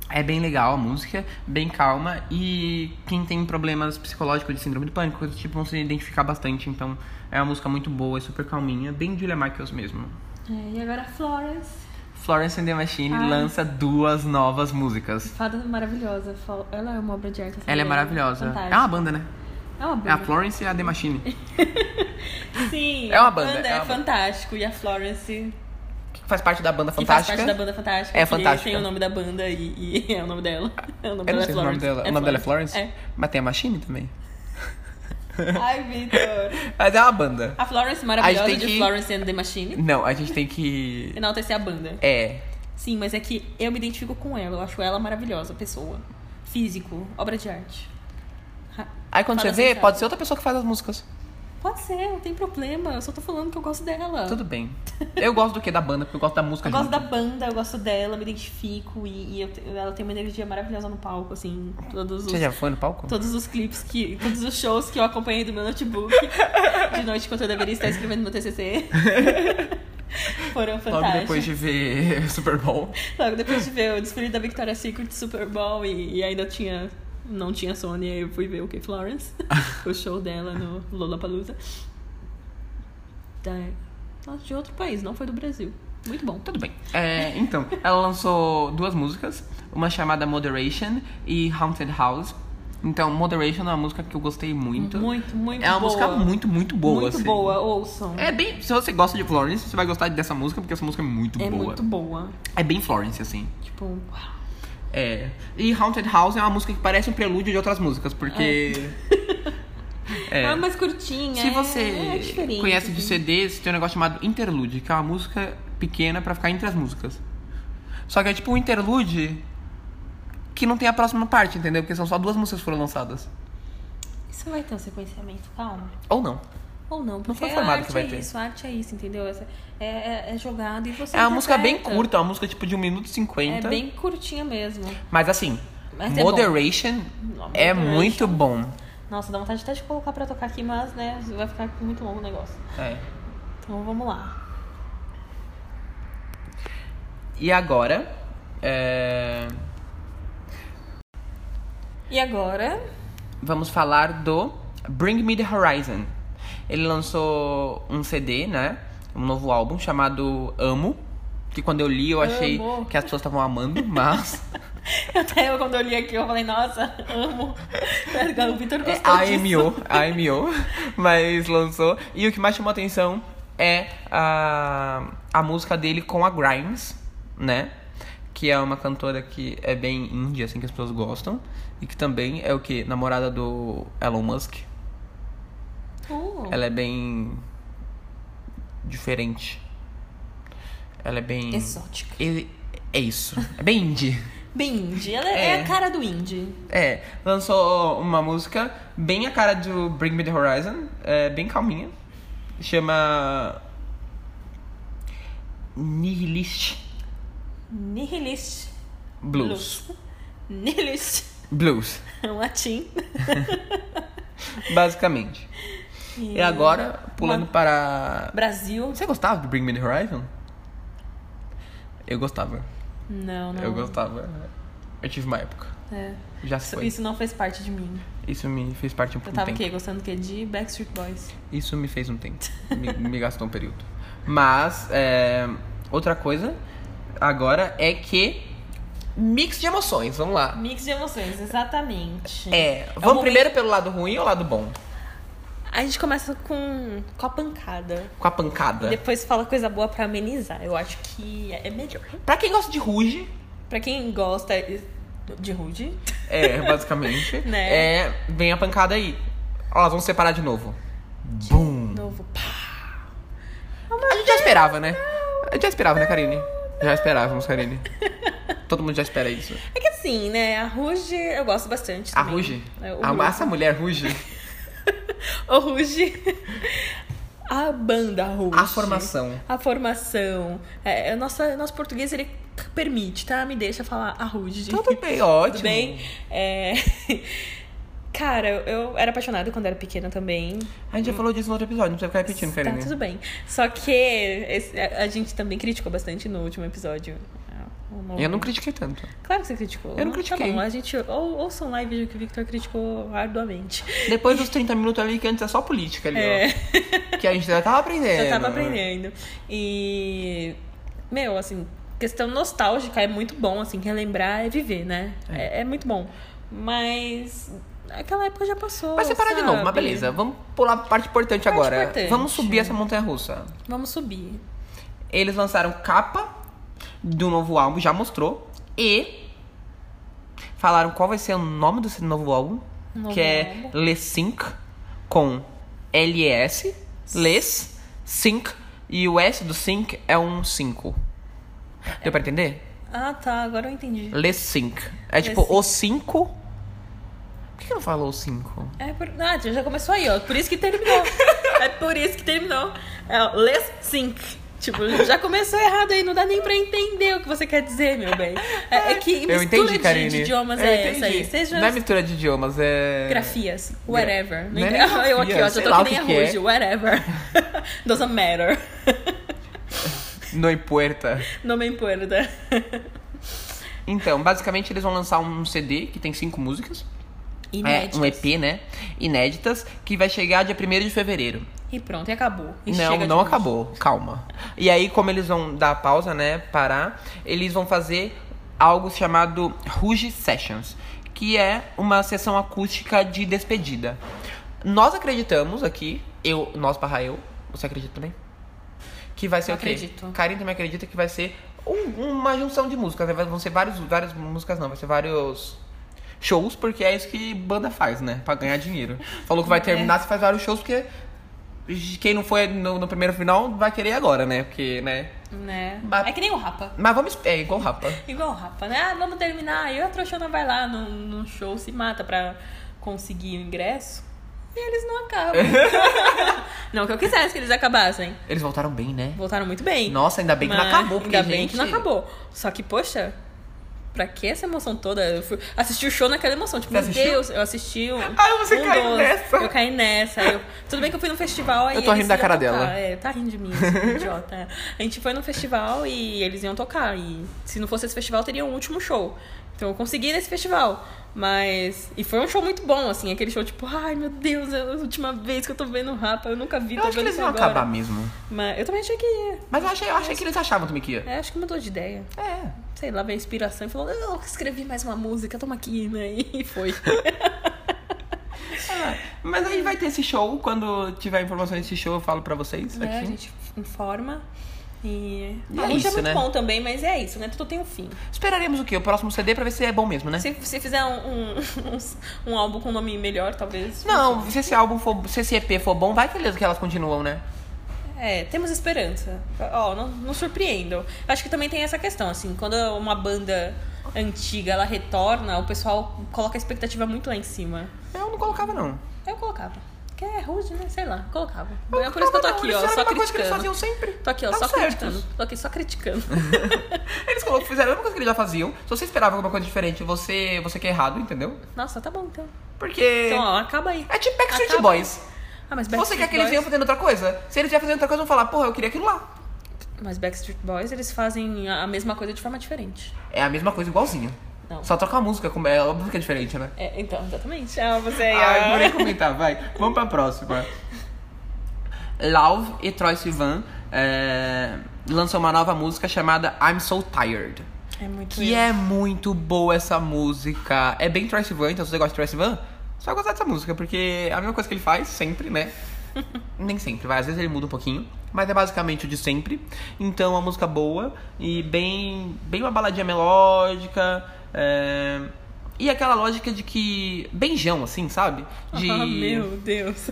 S1: é bem legal a música, bem calma e quem tem problemas psicológicos de síndrome do pânico, coisas do tipo, vão se identificar bastante. Então é uma música muito boa, é super calminha, bem Julia Michaels mesmo.
S2: É, e agora Florence.
S1: Florence and the Machine
S2: Ai.
S1: lança duas novas músicas.
S2: Fada maravilhosa. Fo- Ela é uma obra de arte. assim,
S1: Ela é maravilhosa.
S2: fantástica.
S1: É uma banda, né?
S2: É uma
S1: É a
S2: banda.
S1: Florence e a The Machine.
S2: Sim.
S1: É uma banda,
S2: A banda
S1: é
S2: é,
S1: uma banda.
S2: fantástico. E a Florence,
S1: Que faz parte da banda
S2: que faz
S1: Fantástica.
S2: parte da banda fantástica.
S1: É
S2: que
S1: fantástica.
S2: Tem o nome da banda e, e é o nome dela. É o nome
S1: Eu
S2: dela
S1: não
S2: é
S1: sei se o nome
S2: Florence.
S1: dela. o nome dela é Florence?
S2: É.
S1: Mas tem a Machine também.
S2: Ai, Vitor.
S1: Mas é uma banda.
S2: A Florence maravilhosa
S1: A gente
S2: de
S1: tem que-
S2: Florence and the Machine.
S1: Não, a gente tem que.
S2: Enaltecer a banda.
S1: É.
S2: Sim, mas é que eu me identifico com ela. Eu acho ela maravilhosa, pessoa. Físico, obra de arte. Ra-
S1: Aí quando
S2: Fala
S1: você vê,
S2: sensato.
S1: pode ser outra pessoa que faz as músicas.
S2: Pode ser, não tem problema. Eu só tô falando que eu gosto dela.
S1: Tudo bem. Eu gosto do que? Da banda, porque eu gosto da música
S2: Ah. Eu gosto da
S1: junto.
S2: banda, eu gosto dela, me identifico e, e eu te- ela tem uma energia maravilhosa no palco, assim, todos os,
S1: Você já foi no palco?
S2: todos os clipes que. Todos os shows que eu acompanhei do meu notebook de noite quando eu deveria estar escrevendo meu TCC. Foram
S1: Logo
S2: fantásticos.
S1: depois de ver Super Bowl.
S2: Logo depois de ver o desfile da Victoria's Secret Super Bowl e, e ainda tinha. Não tinha Sony, aí eu fui ver o que Florence, o show dela no Lollapalooza. Da, nossa, de outro país, não foi do Brasil. Muito bom.
S1: Tudo bem. É, então, ela lançou duas músicas, uma chamada Moderation e Haunted House. Então, Moderation é uma música que eu gostei muito.
S2: Muito, muito
S1: é uma
S2: boa.
S1: música muito, muito boa.
S2: Muito
S1: assim.
S2: boa, ouçam.
S1: É bem. Se você gosta de Florence, você vai gostar dessa música, porque essa música é muito
S2: É
S1: boa.
S2: muito boa.
S1: É bem Florence, assim.
S2: Tipo, uau.
S1: É. E Haunted House é uma música que parece um prelúdio de outras músicas, porque.
S2: é
S1: É.
S2: uma mais curtinha.
S1: Se
S2: é- é
S1: você
S2: diferente,
S1: conhece de
S2: assim.
S1: CDs, tem um negócio chamado interlude, que é uma música pequena pra ficar entre as músicas. Só que é tipo um interlude que não tem a próxima parte, entendeu? Porque são só duas músicas que foram lançadas.
S2: Isso vai ter um sequenciamento, calma.
S1: Ou não.
S2: Ou não, porque
S1: foi
S2: a
S1: formado
S2: arte
S1: que vai
S2: é
S1: ter.
S2: isso, a arte é isso, entendeu? Essa- É, é, é jogado e você
S1: é uma música bem
S2: interpreta.
S1: curta, é uma música tipo de 1 minuto e 50.
S2: É bem curtinha mesmo.
S1: Mas assim,
S2: Mas é bom.
S1: Moderation
S2: Não,
S1: é,
S2: Moderation.
S1: muito bom.
S2: Nossa, dá vontade até de colocar pra tocar aqui, mas, né, vai ficar muito longo o negócio.
S1: É.
S2: Então vamos lá.
S1: E agora. é,
S2: E agora,
S1: vamos falar do Bring Me the Horizon. Ele lançou um CD, né? Um novo álbum chamado Amo. Que quando eu li eu achei
S2: Amo.
S1: que as pessoas estavam amando, mas.
S2: até eu quando eu li aqui, eu falei, nossa, amo. O Vitor
S1: É
S2: gostou disso.
S1: AMO, AMO, mas lançou. E o que mais chamou atenção é a, a música dele com a Grimes, né? Que é uma cantora que é bem indie, assim, que as pessoas gostam. E que também é o que? Namorada do Elon Musk.
S2: Uh,
S1: Ela é bem. diferente. Ela é bem.
S2: Exótica.
S1: E- É isso. É bem indie.
S2: Bem indie, ela é. é
S1: É.
S2: a cara do indie.
S1: É, lançou uma música bem a cara do Bring Me The Horizon, é, bem calminha. Chama... Nihilist
S2: Nihilist.
S1: Blues.
S2: Nihilist.
S1: Blues,
S2: É um latim.
S1: basicamente. E É agora, pulando
S2: Uma-
S1: para...
S2: Brasil.
S1: Você gostava do Bring Me The Horizon? Eu gostava,
S2: Não, não.
S1: eu gostava. Eu tive uma época,
S2: É.
S1: já se
S2: Isso,
S1: foi.
S2: isso não fez parte de mim.
S1: Isso me fez parte um
S2: Eu
S1: pouco
S2: tava
S1: tempo.
S2: o quê? Gostando do quê? De Backstreet Boys.
S1: Isso me fez um tempo. Me, me gastou um período. Mas, é, outra coisa agora é que. Mix de emoções, vamos lá.
S2: Mix de emoções, exatamente.
S1: É,
S2: o
S1: vamos
S2: um momento-
S1: primeiro pelo lado ruim ou lado bom?
S2: A gente começa com, com a pancada.
S1: Com a pancada.
S2: Depois fala coisa boa pra amenizar. Eu acho que é melhor.
S1: Pra quem gosta de ruge,
S2: Pra quem gosta de rude,
S1: é, basicamente,
S2: Né?
S1: é, vem a pancada aí. Ó, elas vão se separar de novo. Bum!
S2: novo. Pá.
S1: A gente já esperava, né? A gente já esperava, né, Karine? Já esperávamos, Karine. Todo mundo já espera isso.
S2: É que assim, né? A ruge eu gosto bastante.
S1: A
S2: também.
S1: ruge?
S2: É, o
S1: A massa mulher ruge?
S2: O ruge. A banda ruge.
S1: A formação.
S2: A formação. É, é, nossa, nosso português ele permite, tá? Me deixa falar a rude.
S1: Tudo bem, Então tá ótimo.
S2: Tudo bem? É, Cara, eu era apaixonada quando era pequena também.
S1: A gente já falou disso no outro episódio, não precisa ficar repetindo,
S2: tá
S1: Karine.
S2: tudo bem. Só que esse- a, a gente também criticou bastante no último episódio. ah, O novo-
S1: Eu não critiquei tanto.
S2: Claro que você criticou.
S1: Eu não
S2: Tá
S1: critiquei.
S2: bom, a gente ou, ouça um live que o Victor criticou arduamente.
S1: Depois dos 30 minutos ali, que antes é só política ali,
S2: É.
S1: ó. Que a gente já tava aprendendo.
S2: Eu tava aprendendo. E, meu, assim, questão nostálgica é muito bom, assim, relembrar é viver, né? É, é muito bom. Mas aquela época já passou.
S1: Vai separar de
S2: sabe?
S1: novo, mas beleza. Vamos pular pra parte importante
S2: Parte
S1: agora.
S2: importante.
S1: Vamos subir essa montanha russa.
S2: Vamos subir.
S1: Eles lançaram capa do novo álbum, já mostrou. E falaram qual vai ser o nome desse novo álbum.
S2: Novo
S1: que é
S2: álbum.
S1: Les Sync com L-E-S. Les Sync. E o S do Sync é um 5. Deu pra entender?
S2: Ah, tá, agora eu entendi.
S1: Les Sync. É
S2: Les
S1: tipo
S2: Cinq.
S1: o 5. Por que que não falou o 5?
S2: É por... Ah, já começou aí, ó. Por isso que terminou. é por isso que terminou. É, ó, let's sync. Tipo, já começou errado aí, não dá nem pra entender o que você quer dizer, meu bem. É, é que
S1: Eu
S2: mistura
S1: entendi,
S2: de,
S1: Karine.
S2: de idiomas
S1: Eu
S2: é
S1: entendi.
S2: essa aí. Seja
S1: Não é mistura de idiomas, é.
S2: grafias, whatever. Não
S1: Não é
S2: entendo.
S1: nem
S2: eu aqui, ó,
S1: grafia,
S2: já
S1: sei
S2: tô
S1: lá
S2: que
S1: o
S2: nem a
S1: que que é.
S2: Ruge, whatever. Doesn't matter.
S1: No importa.
S2: Não me importa.
S1: É, Então, basicamente eles vão lançar um CD que tem cinco músicas. É,
S2: Inéditas.
S1: um EP, né? Inéditas, que vai chegar dia 1 de fevereiro.
S2: E pronto, e acabou. E
S1: não,
S2: chega de
S1: não
S2: luz.
S1: acabou, calma. E aí, como eles vão dar a pausa, né? Parar, eles vão fazer algo chamado Ruge Sessions, que é uma sessão acústica de despedida. Nós acreditamos aqui, eu, nós barra eu, você acredita também? Que vai ser
S2: Eu
S1: o quê?
S2: acredito.
S1: Karin também acredita que vai ser um- uma junção de músicas, né? Vai- Vão ser vários, várias músicas, não, vai ser vários shows, porque é isso que banda faz, né? Pra ganhar dinheiro. Falou que
S2: É.
S1: vai terminar, se faz vários shows, porque quem não foi no, no primeiro final vai querer agora, né? Porque, né?
S2: Né?
S1: Ba-
S2: É que nem o Rapa.
S1: Mas vamos. É igual Rapa.
S2: Igual o Rapa, né? Ah, vamos terminar. E a trouxona vai lá num, num show, se mata pra conseguir o ingresso. E eles não acabam. não que eu quisesse que eles acabassem.
S1: Eles voltaram bem, né?
S2: Voltaram muito bem.
S1: Nossa, ainda bem que não
S2: Mas
S1: acabou, porque
S2: Ainda bem
S1: gente...
S2: que não acabou. Só que, poxa, pra que essa emoção toda? Eu fui assistir o show naquela emoção. Tipo,
S1: Você
S2: meu
S1: assistiu?
S2: Deus, eu assisti um.
S1: Ah, você
S2: um,
S1: caiu
S2: dois.
S1: nessa.
S2: Eu caí nessa. Eu... Tudo bem que eu fui num festival aí.
S1: Eu tô
S2: eles
S1: rindo da
S2: iam
S1: cara
S2: tocar.
S1: dela.
S2: É, tá rindo de mim, esse idiota. A gente foi num festival e eles iam tocar. E se não fosse esse festival, teria um último show. Então eu consegui nesse festival. Mas. E foi um show muito bom, assim. Aquele show, tipo, ai meu Deus, é a última vez que eu tô vendo o Rapa, eu nunca vi,
S1: Eu
S2: tô
S1: acho que
S2: vendo
S1: eles
S2: isso
S1: vão
S2: Então, agora.
S1: acabar mesmo.
S2: Mas eu também achei que ia.
S1: Mas eu achei, eu achei que eles achavam também que ia.
S2: É, acho que mudou de ideia.
S1: É.
S2: Sei lá, veio a inspiração e falou: eu escrevi mais uma música, toma aqui, né? E foi.
S1: Mas aí vai ter esse show. Quando tiver informações desse show, eu falo pra vocês
S2: É, a
S1: aqui.
S2: gente informa. E.
S1: E
S2: a
S1: é
S2: gente
S1: isso,
S2: é muito
S1: né?
S2: bom também, mas é isso, né? Tudo tem um fim.
S1: Esperaremos o quê? O próximo CD pra ver se é bom mesmo, né?
S2: Se, se fizer um, um, um álbum com nome melhor, talvez.
S1: Não, se esse álbum for. Se esse EP for bom, vai que eles- que elas continuam, né?
S2: É, temos esperança. Ó, não, não surpreendam. Acho que também tem essa questão, assim, quando uma banda antiga ela retorna, o pessoal coloca a expectativa muito lá em cima.
S1: Eu não colocava, não.
S2: Eu colocava. Que é rude, né? Sei lá, colocava. é por isso que eu tô
S1: Não,
S2: aqui,
S1: eles
S2: ó,
S1: fizeram
S2: só
S1: a mesma coisa que eles
S2: criticando.
S1: faziam sempre.
S2: Tô aqui, ó,
S1: Tá
S2: só
S1: certo.
S2: criticando. Tô aqui só criticando.
S1: Eles colo- fizeram a mesma coisa que eles já faziam. Se você esperava alguma coisa diferente, você, você que é errado, entendeu?
S2: Nossa, tá bom então.
S1: Porque.
S2: Então, ó, acaba aí.
S1: é tipo Backstreet
S2: Acaba.
S1: Boys.
S2: Ah, mas
S1: Você
S2: Backstreet
S1: quer que eles
S2: Boys-
S1: venham fazendo outra coisa? Se eles já fazendo outra coisa, vão falar, porra, eu queria aquilo lá.
S2: Mas Backstreet Boys, eles fazem a a mesma coisa de forma diferente.
S1: É a mesma coisa, igualzinho.
S2: Não.
S1: Só troca a música, como é óbvio que é diferente, né?
S2: É, então, exatamente. Ah, você aí,
S1: Ai,
S2: ó.
S1: vou nem comentar, vai. Vamos pra próxima. Lauv e Troy Sivan é, lançam uma nova música chamada I'm So Tired.
S2: É muito
S1: Que
S2: isso.
S1: é muito boa essa música. É bem Troy Sivan, então se você gosta de Troy Sivan, você vai gostar dessa música, porque é a mesma coisa que ele faz, sempre, né? Nem sempre, vai. Às vezes ele muda um pouquinho, mas é basicamente o de sempre. Então, é uma música boa e bem, bem uma baladinha melódica. é, E aquela lógica de que. Benjão, assim, sabe? De.
S2: Ah, meu Deus.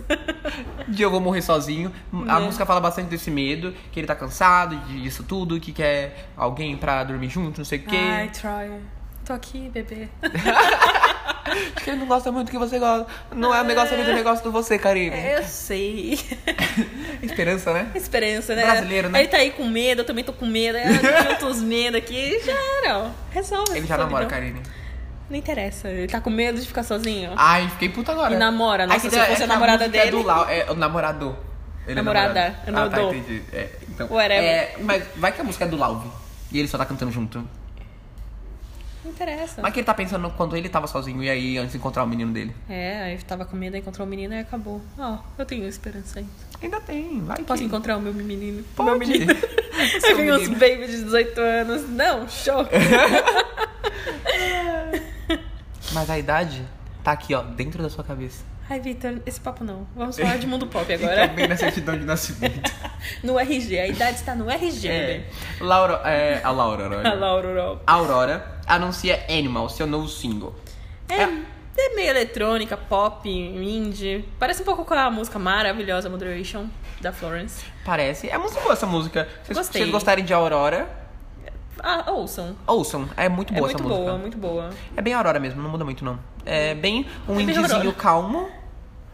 S1: de eu vou morrer sozinho. A
S2: Né.
S1: música fala bastante desse medo, que ele tá cansado de- disso tudo, que quer alguém pra dormir junto, não sei o quê.
S2: Ai, Troy. Tô aqui, bebê.
S1: Acho que ele não gosta muito do que você gosta. Não é o negócio dele, é o negócio do você, Karine.
S2: Eu sei.
S1: Esperança, né?
S2: Esperança, né?
S1: Brasileiro, né?
S2: Ele tá aí com medo, eu também tô com medo. aí Eu tô os medos aqui. Já era, ó. Resolve.
S1: Ele
S2: essa
S1: já namora,
S2: solidão.
S1: Karine.
S2: Não interessa. Ele tá com medo de ficar sozinho.
S1: Ai, fiquei puta agora.
S2: E namora, nossa,
S1: Ai, que
S2: se
S1: da-
S2: eu fosse a
S1: essa
S2: namorada
S1: música é
S2: dele.
S1: do Lau, é o namorado. Ele é
S2: Namorada,
S1: namorado.
S2: eu
S1: Ah,
S2: não
S1: tá,
S2: dou.
S1: entendi. É, então.
S2: Whatever.
S1: É, mas vai que a música é do Lauve. E ele só tá cantando junto.
S2: Não interessa.
S1: Mas que ele tá pensando quando ele tava sozinho e aí antes de encontrar o menino dele.
S2: É, aí eu tava com medo, aí encontrou o menino e acabou. Ó, eu tenho esperança ainda.
S1: Ainda tem, vai.
S2: Posso
S1: que...
S2: encontrar o meu menino?
S1: Pode.
S2: Meu menino.
S1: Seu
S2: Aí vem os
S1: menino.
S2: babies de 18 anos. Não, show.
S1: Mas a idade tá aqui, ó, dentro da sua cabeça.
S2: Ai, Vitor, esse papo não. Vamos falar de mundo pop
S1: E
S2: agora.
S1: também na certidão de nascimento.
S2: No RG, a idade está no RG.
S1: é.
S2: bebê.
S1: Laura. É, a Laura, né?
S2: A Laura Europa.
S1: Aurora anuncia Animal, seu novo single.
S2: É,
S1: Ah.
S2: é meio eletrônica, pop, indie. Parece um pouco com a música maravilhosa Moderation, da Florence.
S1: Parece. É muito boa essa música. Se vocês-
S2: Gostei.
S1: vocês gostarem de Aurora,
S2: Ah, ouçam.
S1: ouçam. É muito
S2: É
S1: boa
S2: muito
S1: essa
S2: boa,
S1: música.
S2: muito boa.
S1: É bem Aurora mesmo, não muda muito não. É bem um
S2: É bem
S1: indizinho
S2: Aurora.
S1: calmo,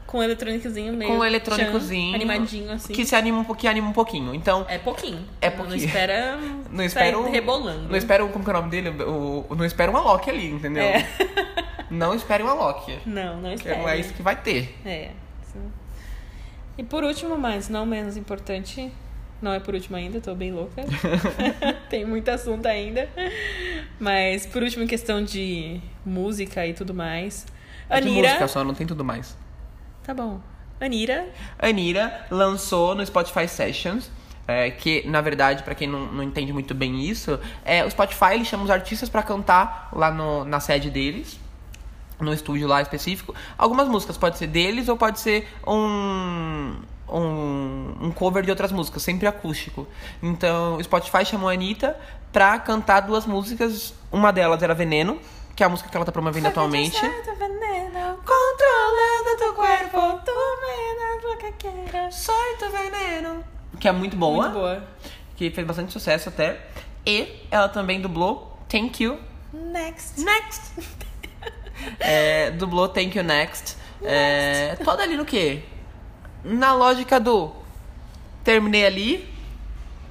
S2: Com um eletrônicozinho meio.
S1: com um
S2: tchan,
S1: eletrônicozinho.
S2: Animadinho, assim.
S1: Que se anima um pouquinho, anima um pouquinho. Então,
S2: É pouquinho.
S1: É
S2: Não
S1: pouquinho.
S2: espera.
S1: não um espero...
S2: Sair rebolando.
S1: Não espero, como que é o nome dele? O, o- não espero um Alok ali, entendeu?
S2: É.
S1: Não espere um Alok.
S2: Não, não
S1: Que
S2: espera.
S1: é isso que vai ter.
S2: É. Sim. E por último, mas não menos importante, não é por último ainda, tô bem louca. Tem muito assunto ainda. Mas por último, em questão de música e tudo mais,
S1: É de
S2: Anira.
S1: música só, não tem tudo mais.
S2: Tá bom. Anira.
S1: Anira lançou no Spotify Sessions. é, que na verdade, pra quem não, não entende muito bem isso, é, o Spotify ele chama os artistas pra cantar lá no- na sede deles, no estúdio lá específico. Algumas músicas pode ser deles ou pode ser um, um, um cover de outras músicas, sempre acústico. Então o Spotify chamou a Anitta pra cantar duas músicas. Uma delas era Veneno, que é a música que ela tá promovendo atualmente.
S2: tá Controlando teu corpo, tu menos louca que era.
S1: Solta veneno. Que é muito boa.
S2: Muito boa.
S1: Que fez bastante sucesso até. E ela também dublou Thank You
S2: Next.
S1: Next. É, dublou Thank You Next. É, toda ali no quê? Na lógica do terminei ali.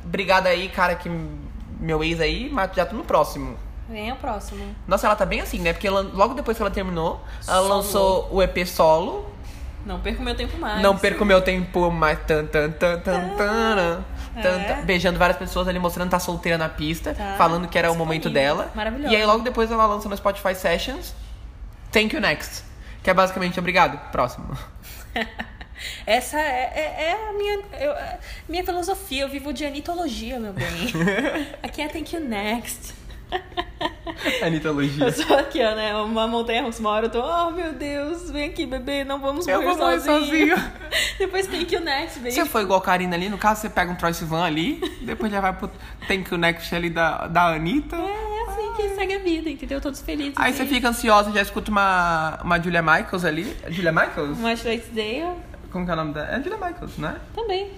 S1: Obrigada aí, cara, que meu ex aí, mas já tô no próximo.
S2: Vem o próximo.
S1: Nossa, ela tá bem assim, né? Porque ela- logo depois que ela terminou, ela
S2: Solo.
S1: lançou o EP solo.
S2: Não perco meu tempo mais.
S1: Não perco meu tempo, mas tan, tan, tan, tan, tan, tan,
S2: Ah, É.
S1: tan. beijando várias pessoas ali, mostrando que tá solteira na pista,
S2: Tá.
S1: falando que era o
S2: Disponível.
S1: momento dela.
S2: Maravilhosa.
S1: E aí logo depois ela lança no Spotify Sessions, Thank You Next, que é basicamente obrigado, próximo.
S2: Essa é, é- é a minha, eu- é- minha filosofia. Eu vivo de anitologia, meu bem. Aqui é Thank You Next. Eu
S1: Anitologia.
S2: sou aqui, ó, né? Uma montanha russa. Uma hora eu tô, oh meu Deus, vem aqui, bebê, não vamos
S1: Eu
S2: morrer
S1: vou morrer
S2: sozinho.
S1: sozinho.
S2: Depois Thank You Next, baby.
S1: Você foi igual a Karina ali, no caso você pega um Troy Sivan ali, depois já vai pro Thank You Next ali da, da Anitta.
S2: É assim que segue a vida, entendeu? Todos felizes.
S1: Aí você fica ansiosa, já escuta uma, uma Julia Michaels ali. Julia Michaels?
S2: Uma Shlight's Dale
S1: Como que é o nome dela? É Julia Michaels, né?
S2: também.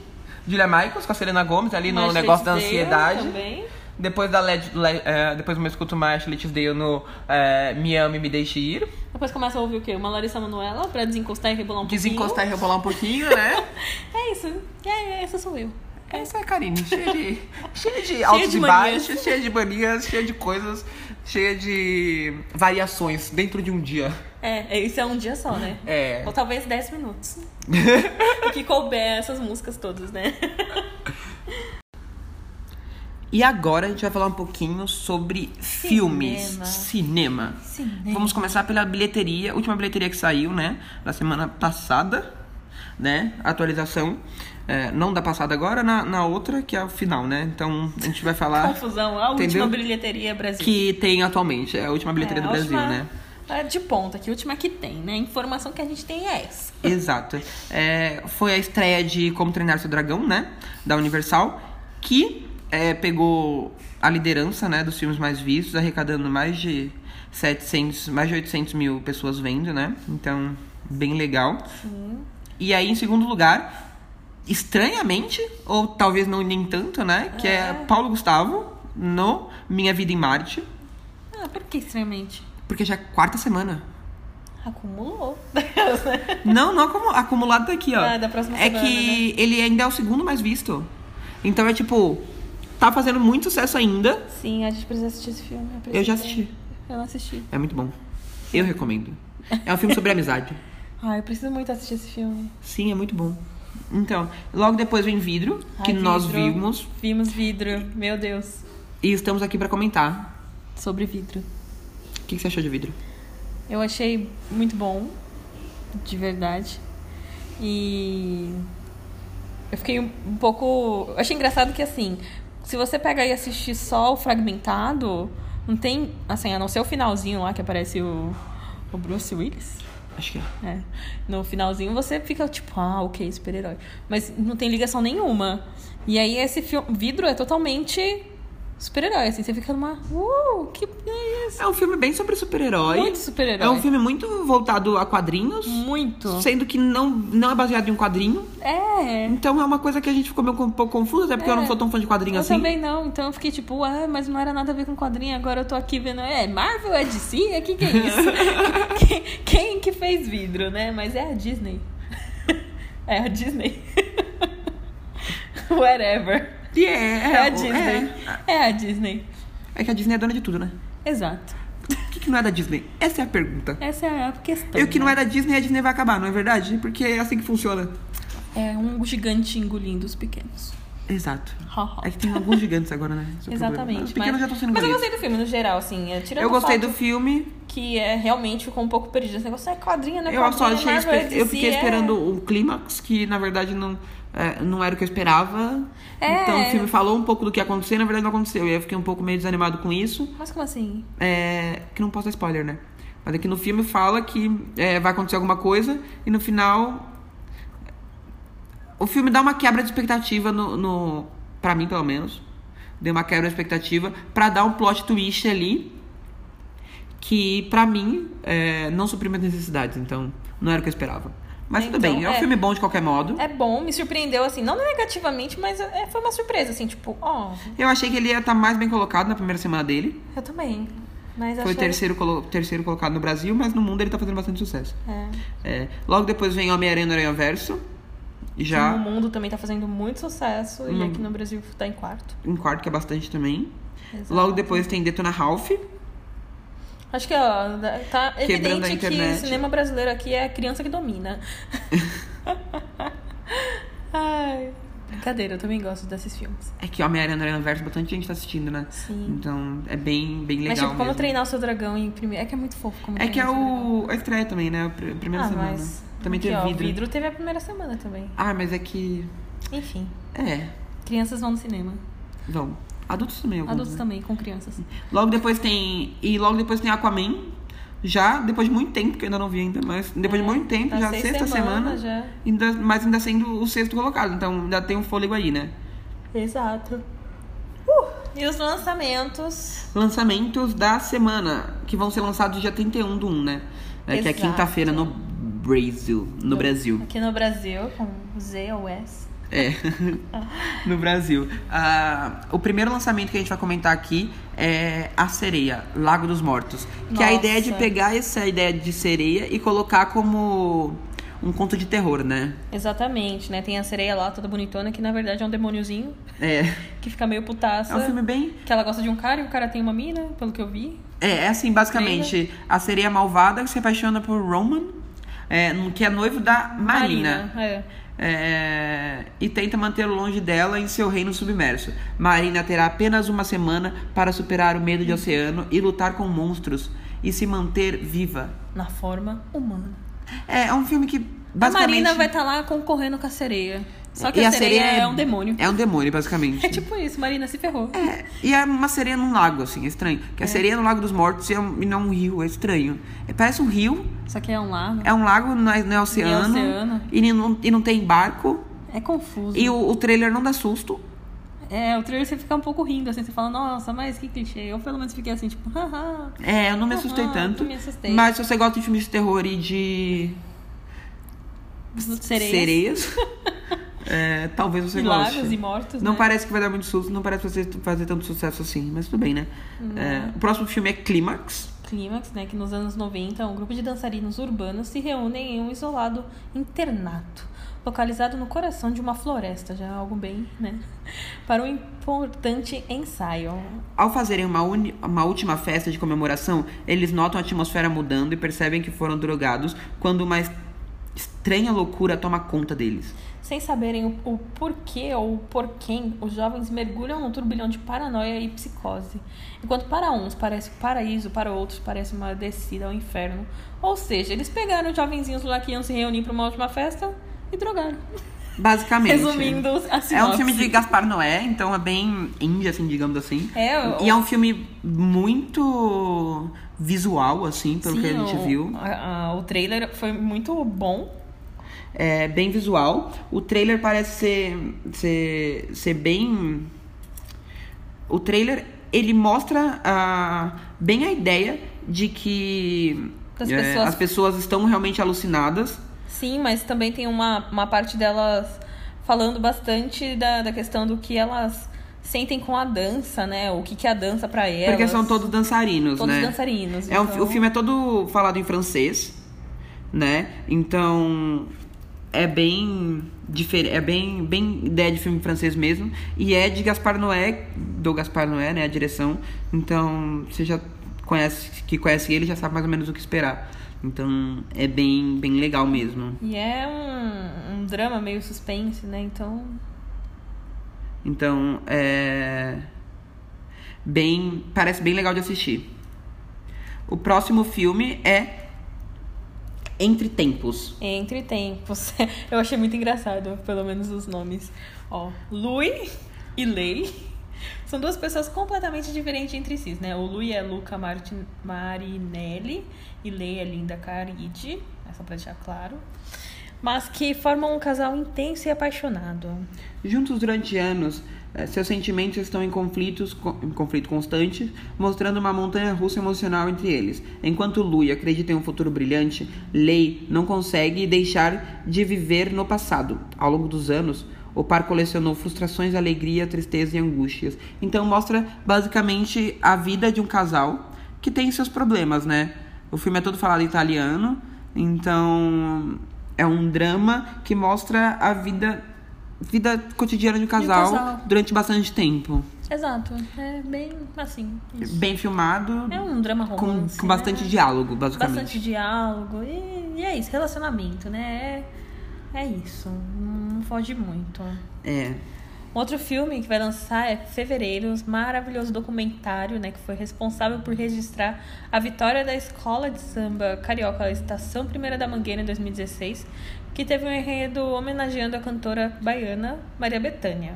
S1: Julia Michaels com a Selena Gomez ali no
S2: Uma
S1: negócio da
S2: Shlight's Dale
S1: ansiedade.
S2: Também.
S1: Depois da LED, Le- é, depois eu escuto mais Dale no é, Me Ame, Me Deixe Ir.
S2: Depois começa a ouvir o quê? Uma Larissa Manoela pra desencostar e rebolar um
S1: Desencostar e rebolar um pouquinho, né?
S2: pouquinho. É isso. É, essa sou eu.
S1: Essa é a Karine, cheia de, cheia de altos
S2: de
S1: e
S2: manias.
S1: baixos, cheia de manias, cheia de coisas, cheia de variações dentro de um dia.
S2: É, é, isso é um dia só, né?
S1: É.
S2: Ou talvez 10 minutos. o que couber essas músicas todas, né?
S1: E agora a gente vai falar um pouquinho sobre filmes, cinema.
S2: Cinema.
S1: Vamos começar pela bilheteria, última bilheteria que saiu, né? Da semana passada, né? Atualização. É, não da passada agora, na, na outra, que é a final, né? Então a gente vai falar
S2: Confusão. A
S1: Entendeu?
S2: última bilheteria Brasil.
S1: que tem atualmente, é a última bilheteria
S2: É,
S1: do
S2: a
S1: Brasil,
S2: última-
S1: né?
S2: é De ponta, que a última que tem, né? A informação que a gente tem é essa.
S1: Exato. É, foi a estreia de Como Treinar Seu Dragão, né? Da Universal, que é, pegou a liderança né, dos filmes mais vistos, arrecadando mais de 700, mais de 800 mil pessoas vendo, né? Então, bem legal. E aí, em segundo lugar, estranhamente, ou talvez não nem tanto, né? Que é Paulo Gustavo, no Minha Vida em Marte,
S2: Ah, por que estranhamente?
S1: porque já é quarta semana.
S2: Acumulou.
S1: Não, não acumu- acumulado daqui, ó.
S2: Ah, da próxima
S1: é
S2: semana, né?
S1: que ele ainda é o segundo mais visto. Então é tipo, tá fazendo muito sucesso ainda.
S2: Sim, a gente precisa assistir esse filme. eu
S1: Eu
S2: preciso.
S1: já assisti.
S2: Eu não assisti.
S1: É muito bom. Eu recomendo. É um filme sobre amizade.
S2: Ah, eu preciso muito assistir esse filme.
S1: Sim, é muito bom. Então, logo depois vem Vidro,
S2: Ai,
S1: que nós
S2: vidro.
S1: vimos
S2: Vimos vidro. Meu Deus.
S1: e estamos aqui pra comentar.
S2: Sobre vidro.
S1: O que que você achou de Vidro?
S2: Eu achei muito bom. De verdade. E. Eu fiquei um um pouco. eu Achei engraçado que assim. Se você pegar e assistir só o fragmentado. Não tem. Assim, a não ser o finalzinho lá que aparece o. O Bruce Willis.
S1: Acho que é.
S2: É. No finalzinho você fica tipo, ah, ok, super-herói. Mas não tem ligação nenhuma. E aí esse filme, vidro é totalmente super-herói, assim, você fica numa. Uh, que é isso?
S1: É um filme bem sobre super-herói.
S2: Muito super-herói.
S1: É um filme muito voltado a quadrinhos,
S2: Muito.
S1: sendo que não, não é baseado em um quadrinho.
S2: É.
S1: Então é uma coisa que a gente ficou meio um pouco confusa, até porque eu não sou tão fã de quadrinho
S2: Eu
S1: assim.
S2: também não, então eu fiquei tipo, ah, mas não era nada a ver com quadrinho, agora eu tô aqui vendo, é Marvel, é DC? É que que é isso? quem, quem que fez vidro, né? Mas é a Disney. é a Disney. Whatever.
S1: E é,
S2: É a Disney. É a Disney.
S1: É, É que a Disney é dona de tudo, né?
S2: Exato.
S1: O que, que não é da Disney? Essa é a pergunta.
S2: Essa é a questão.
S1: E o que não é da
S2: né?
S1: Disney, a Disney vai acabar, não é verdade? Porque é assim que funciona.
S2: É um gigante engolindo os pequenos.
S1: Exato.
S2: Ho, ho.
S1: É que tem alguns gigantes agora, né? Esse é o problema. Os
S2: Exatamente.
S1: pequenos
S2: Mas,
S1: já estão sendo
S2: mas eu
S1: engolidos.
S2: gostei do filme, no geral, assim. é, Tirando
S1: Eu gostei
S2: o fato
S1: do filme.
S2: que é, realmente ficou um pouco perdido. Esse negócio é quadrinha, né?
S1: Eu só
S2: quadrinha,
S1: achei.
S2: Marvel,
S1: espe- Eu
S2: DC,
S1: fiquei
S2: é-
S1: esperando o clímax, que na verdade não, é, não era o que eu esperava.
S2: É.
S1: Então o filme falou um pouco do que ia acontecer, na verdade não aconteceu. E eu fiquei um pouco meio desanimado com isso.
S2: Mas como assim?
S1: É, que não posso dar spoiler, né? Mas aqui no filme fala que é, vai acontecer alguma coisa e no final. O filme dá uma quebra de expectativa no. no pra mim, pelo menos. Deu uma quebra de expectativa pra dar um plot twist ali. Que pra mim é, não suprime as necessidades, então não era o que eu esperava. Mas tudo
S2: Então,
S1: bem, é um
S2: é.
S1: filme bom de qualquer modo.
S2: É bom, me surpreendeu, assim, não negativamente, mas é, foi uma surpresa, assim, tipo, ó,
S1: Eu achei que ele ia estar mais bem colocado na primeira semana dele.
S2: eu também. Mas
S1: Foi
S2: achei...
S1: o terceiro, colo- terceiro colocado no Brasil, mas no mundo ele tá fazendo bastante sucesso.
S2: É.
S1: É, logo depois vem Homem-Aranha no Aranha Verso. Já Hum.
S2: No mundo também tá fazendo muito sucesso. E aqui no Brasil tá em quarto.
S1: em quarto, que é bastante também.
S2: Exato.
S1: Logo depois tem Detona Ralph. é
S2: Acho que ó, tá
S1: Quebrando a
S2: evidente que
S1: internet.
S2: o cinema brasileiro aqui é a criança que domina. Ai. Brincadeira, eu também gosto desses filmes.
S1: É que Homem-Aranha no Aranha Verso, bastante gente tá assistindo, né?
S2: Sim.
S1: Então é bem, bem legal.
S2: Mas, tipo, como
S1: mesmo.
S2: treinar o seu dragão em primeiro. É que é muito fofo como
S1: É que é
S2: treinar seu dragão.
S1: o... a estreia também, né? A pr- primeira
S2: Ah,
S1: semana.
S2: mas.
S1: Também tem
S2: aqui, ó,
S1: vidro.
S2: vidro tá- teve a primeira semana também.
S1: Ah, mas é que.
S2: Enfim,
S1: É.
S2: crianças vão no cinema.
S1: Vão. Adultos também, alguns,
S2: Adultos
S1: né?
S2: também, com crianças.
S1: Logo depois tem. E logo depois tem Aquaman. Já, depois de muito tempo, que eu ainda não vi ainda, mas depois
S2: É,
S1: de muito tempo,
S2: tá
S1: já
S2: seis
S1: sexta semana,
S2: semanas já.
S1: Ainda, mas ainda sendo o sexto colocado, então ainda tem um fôlego aí, né?
S2: Exato. Uh! E os lançamentos?
S1: Lançamentos da semana, que vão ser lançados dia 31 do 1, né? É, que é
S2: Exato.
S1: quinta-feira no Brasil. No Brasil.
S2: Aqui no Brasil, com Z ou S.
S1: É. no Brasil. Ah, o primeiro lançamento que a gente vai comentar aqui é A Sereia, Lago dos Mortos. Que é a
S2: Nossa.
S1: ideia de pegar essa ideia de sereia e colocar como um conto de terror, né?
S2: Exatamente, né? Tem a sereia lá, toda bonitona, que na verdade é um demôniozinho
S1: É.
S2: que fica meio
S1: É um
S2: putaça.
S1: filme bem
S2: Que ela gosta de um cara e o cara tem uma mina, pelo que eu vi.
S1: É, é assim, basicamente, a sereia malvada que se apaixona por Roman, é, que é noivo da Marina.
S2: Marina, é.
S1: É, e tenta mantê-lo longe dela em seu reino submerso. Marina terá apenas uma semana para superar o medo de oceano e lutar com monstros e se manter viva.
S2: Na forma humana.
S1: É, é um filme que
S2: A
S1: basicamente
S2: Marina vai estar lá concorrendo com a sereia. Só que
S1: E
S2: a, sereia, é um demônio.
S1: É um demônio, basicamente.
S2: É tipo isso, Marina se ferrou.
S1: É, e é uma sereia num lago, assim, é estranho. Porque a sereia no Lago dos Mortos e é um- e não é um rio, é estranho. É, parece um rio,
S2: Só que é um lago.
S1: É um lago, não é, não é oceano.
S2: Não é oceano.
S1: E nem- não, e não tem barco.
S2: É confuso.
S1: E o, o trailer não dá susto.
S2: É, o trailer você fica um pouco rindo, assim, você fala, nossa, mas que clichê. Eu pelo menos fiquei assim, tipo, haha.
S1: É, eu não me assustei
S2: Aham,
S1: tanto.
S2: eu me assustei.
S1: Mas se você gosta de filmes de terror e de
S2: Sereias.
S1: sereias, é, talvez você
S2: E
S1: goste.
S2: lagos e mortos.
S1: não
S2: né?
S1: parece que vai dar muito susto, não parece fazer, fazer tanto sucesso assim, mas tudo bem, né?
S2: Uhum.
S1: É, o próximo filme é Clímax.
S2: Clímax, né, que nos anos 90, um grupo de dançarinos urbanos se reúnem em um isolado internato, localizado no coração de uma floresta, já é algo bem, né, para um importante ensaio.
S1: Ao fazerem uma, uni- uma última festa de comemoração, eles notam a atmosfera mudando e percebem que foram drogados quando uma es- estranha loucura toma conta deles.
S2: Sem saberem o, o porquê ou o porquê, os jovens mergulham num turbilhão de paranoia e psicose. Enquanto para uns parece o paraíso, para outros parece uma descida ao inferno. Ou seja, eles pegaram os jovenzinhos lá que iam se reunir para uma última festa e drogaram.
S1: Basicamente.
S2: Resumindo a sinopse.
S1: É um filme de Gaspar Noé, então é bem índia, assim, digamos assim.
S2: É,
S1: E é um filme muito visual, assim, pelo
S2: Sim,
S1: que a gente
S2: o,
S1: viu.
S2: a- a- o trailer foi muito bom.
S1: É bem visual. O trailer parece ser, ser, ser bem. O trailer, ele mostra ah, bem a ideia de que
S2: Das
S1: é,
S2: pessoas-
S1: as pessoas estão realmente alucinadas.
S2: Sim, mas também tem uma, uma parte delas falando bastante da, da questão do que elas sentem com a dança, né? O que, que é a dança pra elas.
S1: Porque são todos dançarinos,
S2: Todos
S1: né?
S2: dançarinos.
S1: É um-
S2: então-
S1: O filme é todo falado em francês, né? Então é bem diferente, é bem, bem ideia de filme francês mesmo. E é de Gaspar Noé, do Gaspar Noé, né? A direção. Então você já conhece, que conhece ele já sabe mais ou menos o que esperar. Então é bem, bem legal mesmo.
S2: E é um, um drama meio suspense, né? Então.
S1: Então, é. Bem. Parece bem legal de assistir. O próximo filme é. Entre Tempos.
S2: Entre tempos. Eu achei muito engraçado, pelo menos os nomes. Ó, Lui e Lei são duas pessoas completamente diferentes entre si, né? O Lui é Luca Martin- Marinelli e Lei é Linda Caridi, é só pra deixar claro. Mas que formam um casal intenso e apaixonado.
S1: Juntos durante anos, eh, seus sentimentos estão em conflitos, co- em conflito constante, mostrando uma montanha russa emocional entre eles. Enquanto Lui acredita em um futuro brilhante, Lei não consegue deixar de viver no passado. Ao longo dos anos, o par colecionou frustrações, alegria, tristeza e angústias. Então mostra basicamente a vida de um casal que tem seus problemas, né? O filme é todo falado em italiano, então é um drama que mostra a vida vida cotidiana de um casal,
S2: casal.
S1: durante bastante tempo.
S2: Exato, é bem assim. isso.
S1: Bem filmado,
S2: É um drama
S1: com,
S2: romance.
S1: com bastante
S2: né?
S1: diálogo, basicamente.
S2: Bastante diálogo. E, e é isso, relacionamento, né? É, é isso. Não foge muito. Um
S1: É.
S2: Outro filme que vai lançar é Fevereiro, um maravilhoso documentário, né, que foi responsável por registrar a vitória da escola de samba carioca a Estação Primeira da Mangueira em 2016, que teve um enredo homenageando a cantora baiana Maria Bethânia.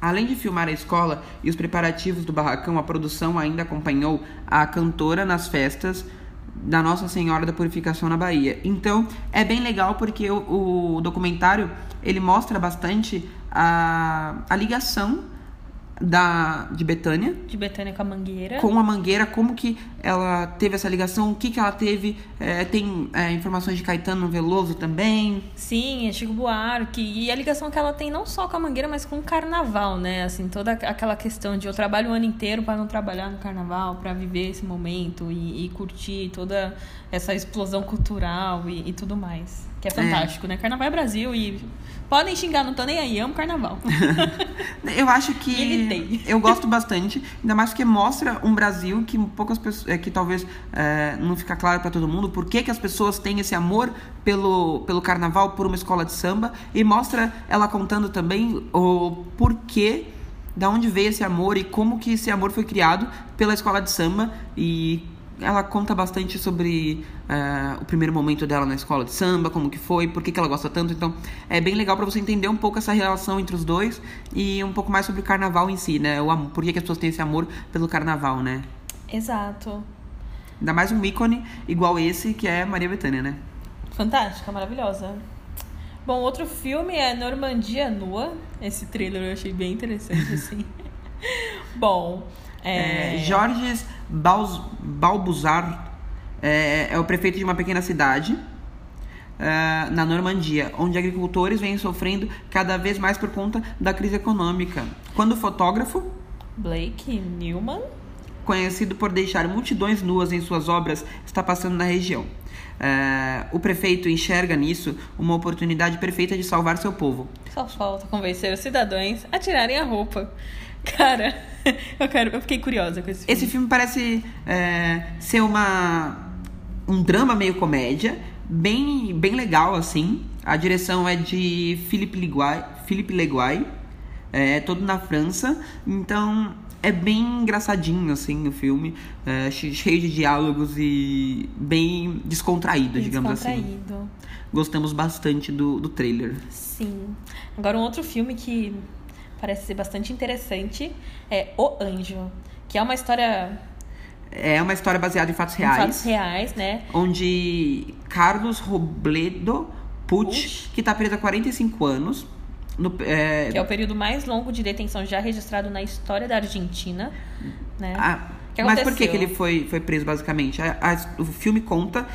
S1: Além de filmar a escola e os preparativos do barracão, a produção ainda acompanhou a cantora nas festas da Nossa Senhora da Purificação na Bahia. Então, é bem legal porque o, o documentário, ele mostra bastante a, a ligação da, de Betânia
S2: De Bethânia com a Mangueira.
S1: com a Mangueira, como que ela teve essa ligação, o que que ela teve, é, tem é, informações de Caetano Veloso também.
S2: Sim, é Chico Buarque. E a ligação que ela tem não só com a Mangueira, mas com o carnaval, né? Assim, toda aquela questão de eu trabalho o ano inteiro para não trabalhar no carnaval, para viver esse momento e, e curtir toda essa explosão cultural e, e tudo mais. Que é fantástico, né? Carnaval é Brasil e podem xingar, não tô nem aí, amo carnaval.
S1: Eu acho que
S2: Ele tem.
S1: eu gosto bastante, ainda mais porque mostra um Brasil que poucas pessoas, é, que talvez é, não fica claro para todo mundo por que, que as pessoas têm esse amor pelo, pelo carnaval, por uma escola de samba e mostra ela contando também o porquê da onde veio esse amor e como que esse amor foi criado pela escola de samba e ela conta bastante sobre ah, o primeiro momento dela na escola de samba, como que foi, por que, que ela gosta tanto. Então, é bem legal pra você entender um pouco essa relação entre os dois e um pouco mais sobre o carnaval em si, né? O amor, por que, que as pessoas têm esse amor pelo carnaval, né?
S2: Exato.
S1: Ainda mais um ícone igual esse, que é Maria Bethânia, né?
S2: Fantástica, maravilhosa. Bom, outro filme é Normandia Nua. Esse trailer eu achei bem interessante, assim. Bom.
S1: É, Jorges Baus, Balbuzar é, é o prefeito de uma pequena cidade é, na Normandia, onde agricultores vêm sofrendo cada vez mais por conta da crise econômica. Quando o fotógrafo,
S2: Blake Newman.
S1: conhecido por deixar multidões nuas em suas obras, está passando na região. É, o prefeito enxerga nisso uma oportunidade perfeita de salvar seu povo.
S2: Só falta convencer os cidadãos a tirarem a roupa. Cara, eu quero, eu fiquei curiosa com esse filme.
S1: Esse filme parece é, ser uma um drama meio comédia, bem bem legal assim. A direção é de Philippe Leguay, Philippe Leguay, é todo na França, então é bem engraçadinho assim o filme, é, che- cheio de diálogos e bem descontraído, digamos assim.
S2: Descontraído.
S1: Gostamos bastante do, do trailer.
S2: Sim. Agora um outro filme que parece ser bastante interessante é O Anjo, que é uma história
S1: É uma história baseada em fatos
S2: com
S1: reais.
S2: fatos reais, né?
S1: onde Carlos Robledo Puch,
S2: Puig.
S1: que está preso há 45 anos, no, é,
S2: Que é o período mais longo de detenção já registrado na história da Argentina, né?
S1: a-
S2: O que
S1: mas por que,
S2: aconteceu?
S1: que ele foi, foi preso, basicamente? A- a- o filme conta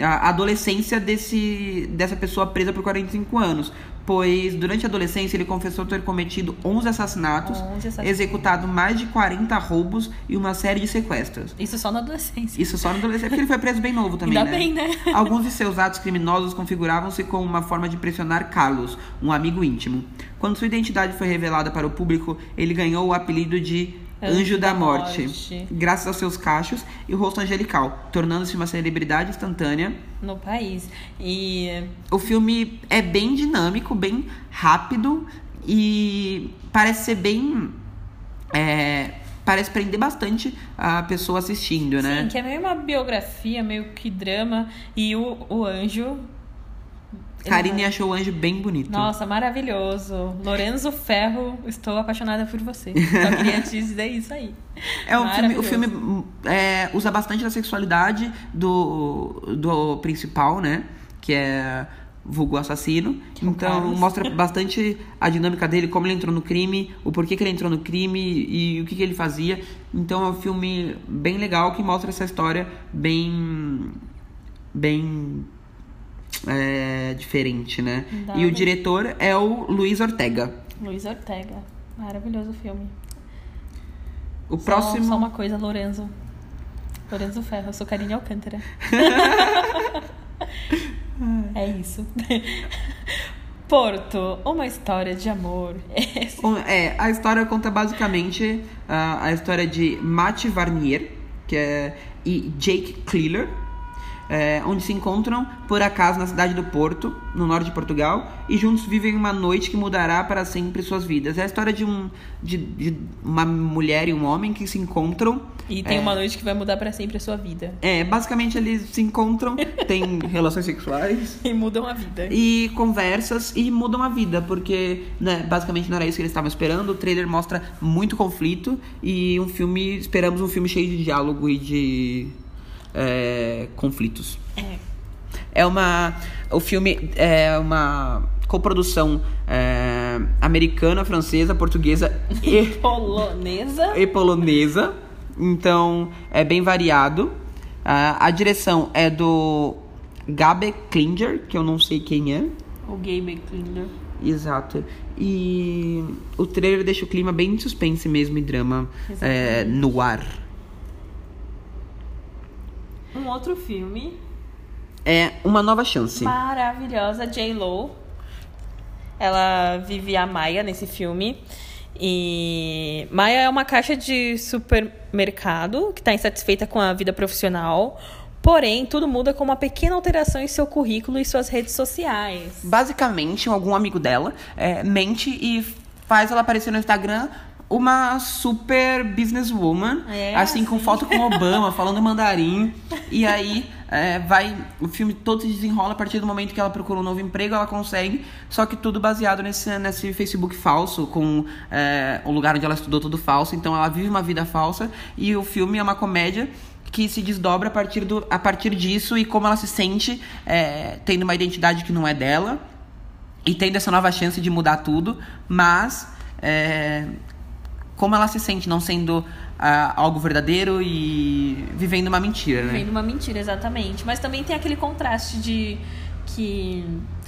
S1: a adolescência desse, dessa pessoa presa por 45 anos, pois durante a adolescência ele confessou ter cometido 11 assassinatos,
S2: 11 assassinatos.
S1: executado mais de 40 roubos e uma série de sequestros.
S2: Isso só na adolescência.
S1: Isso só na adolescência, porque ele foi preso bem novo também,
S2: Ainda
S1: né?
S2: bem, né?
S1: Alguns de seus atos criminosos configuravam-se como uma forma de pressionar Carlos, um amigo íntimo. Quando sua identidade foi revelada para o público, ele ganhou o apelido de Anjo,
S2: Anjo
S1: da,
S2: da
S1: morte,
S2: Morte.
S1: graças aos seus cachos e o rosto angelical, tornando-se uma celebridade instantânea.
S2: No país. E
S1: O filme é bem dinâmico, bem rápido E parece ser bem. é, parece prender bastante a pessoa assistindo, né?
S2: Sim, que é meio uma biografia, meio que drama. E o, o anjo. ele
S1: Karine
S2: vai-
S1: achou o anjo bem bonito.
S2: Nossa, maravilhoso. Lorenzo Ferro, estou apaixonada por você. Só queria te dizer isso aí.
S1: É o filme, o
S2: Maravilhoso.
S1: filme hum, é, usa bastante da sexualidade do, do principal, né? Que é vulgo assassino. então
S2: é Carlos.
S1: mostra bastante a dinâmica dele, como ele entrou no crime, o porquê que ele entrou no crime e o que, que ele fazia. Então é um filme bem legal que mostra essa história bem. bem. é, diferente, né?
S2: Dá
S1: E o
S2: um-
S1: diretor é o Luiz Ortega.
S2: Luiz Ortega. Maravilhoso filme.
S1: O
S2: Só- um
S1: próximo.
S2: Só, uma coisa, Lorenzo. Lorenzo Ferro, eu sou Karine Alcântara. é isso. Porto, uma história de amor. Esse-
S1: Bom, É, a história conta basicamente ah, a história de Matt Varnier que é, e Jake Cleeler, é, onde se encontram por acaso na cidade do Porto, no norte de Portugal, e juntos vivem uma noite que mudará para sempre suas vidas. É a história de, um, de, de uma mulher e um homem que se encontram.
S2: E tem uma noite que vai mudar pra sempre a sua vida.
S1: É, basicamente eles se encontram, têm relações sexuais.
S2: E mudam a vida.
S1: e conversas e mudam a vida, porque né, basicamente não era isso que eles estavam esperando. O trailer mostra muito conflito e um filme, esperamos um filme cheio de diálogo e de é, conflitos.
S2: É.
S1: É uma. O filme é uma coprodução é, americana, francesa, portuguesa e
S2: Polonesa.
S1: e polonesa. Então é bem variado. Ah, a direção é do Gabe Klinger, que eu não sei quem é.
S2: O gay McClendon.
S1: Exato. E o trailer deixa o clima bem de suspense mesmo e drama é, no ar.
S2: Um outro filme
S1: É uma nova chance.
S2: maravilhosa, J-Lo. Ela vive a Maia nesse filme. E Maia é uma caixa de supermercado que está insatisfeita com a vida profissional. Porém, tudo muda com uma pequena alteração em seu currículo e suas redes sociais.
S1: Basicamente, algum amigo dela é, mente e faz ela aparecer no Instagram uma super businesswoman,
S2: É,
S1: assim, com foto com Obama, falando mandarim. E aí é, vai. O filme todo se desenrola a partir do momento que ela procura um novo emprego, ela consegue. Só que tudo baseado nesse, nesse Facebook falso, com é, o lugar onde ela estudou tudo falso. Então ela vive uma vida falsa. E o filme é uma comédia que se desdobra a partir, do, a partir disso e como ela se sente é, tendo uma identidade que não é dela e tendo essa nova chance de mudar tudo, mas é, como ela se sente não sendo ah, algo verdadeiro e vivendo uma mentira, né?
S2: Vendo uma mentira, exatamente. Mas também tem aquele contraste de que,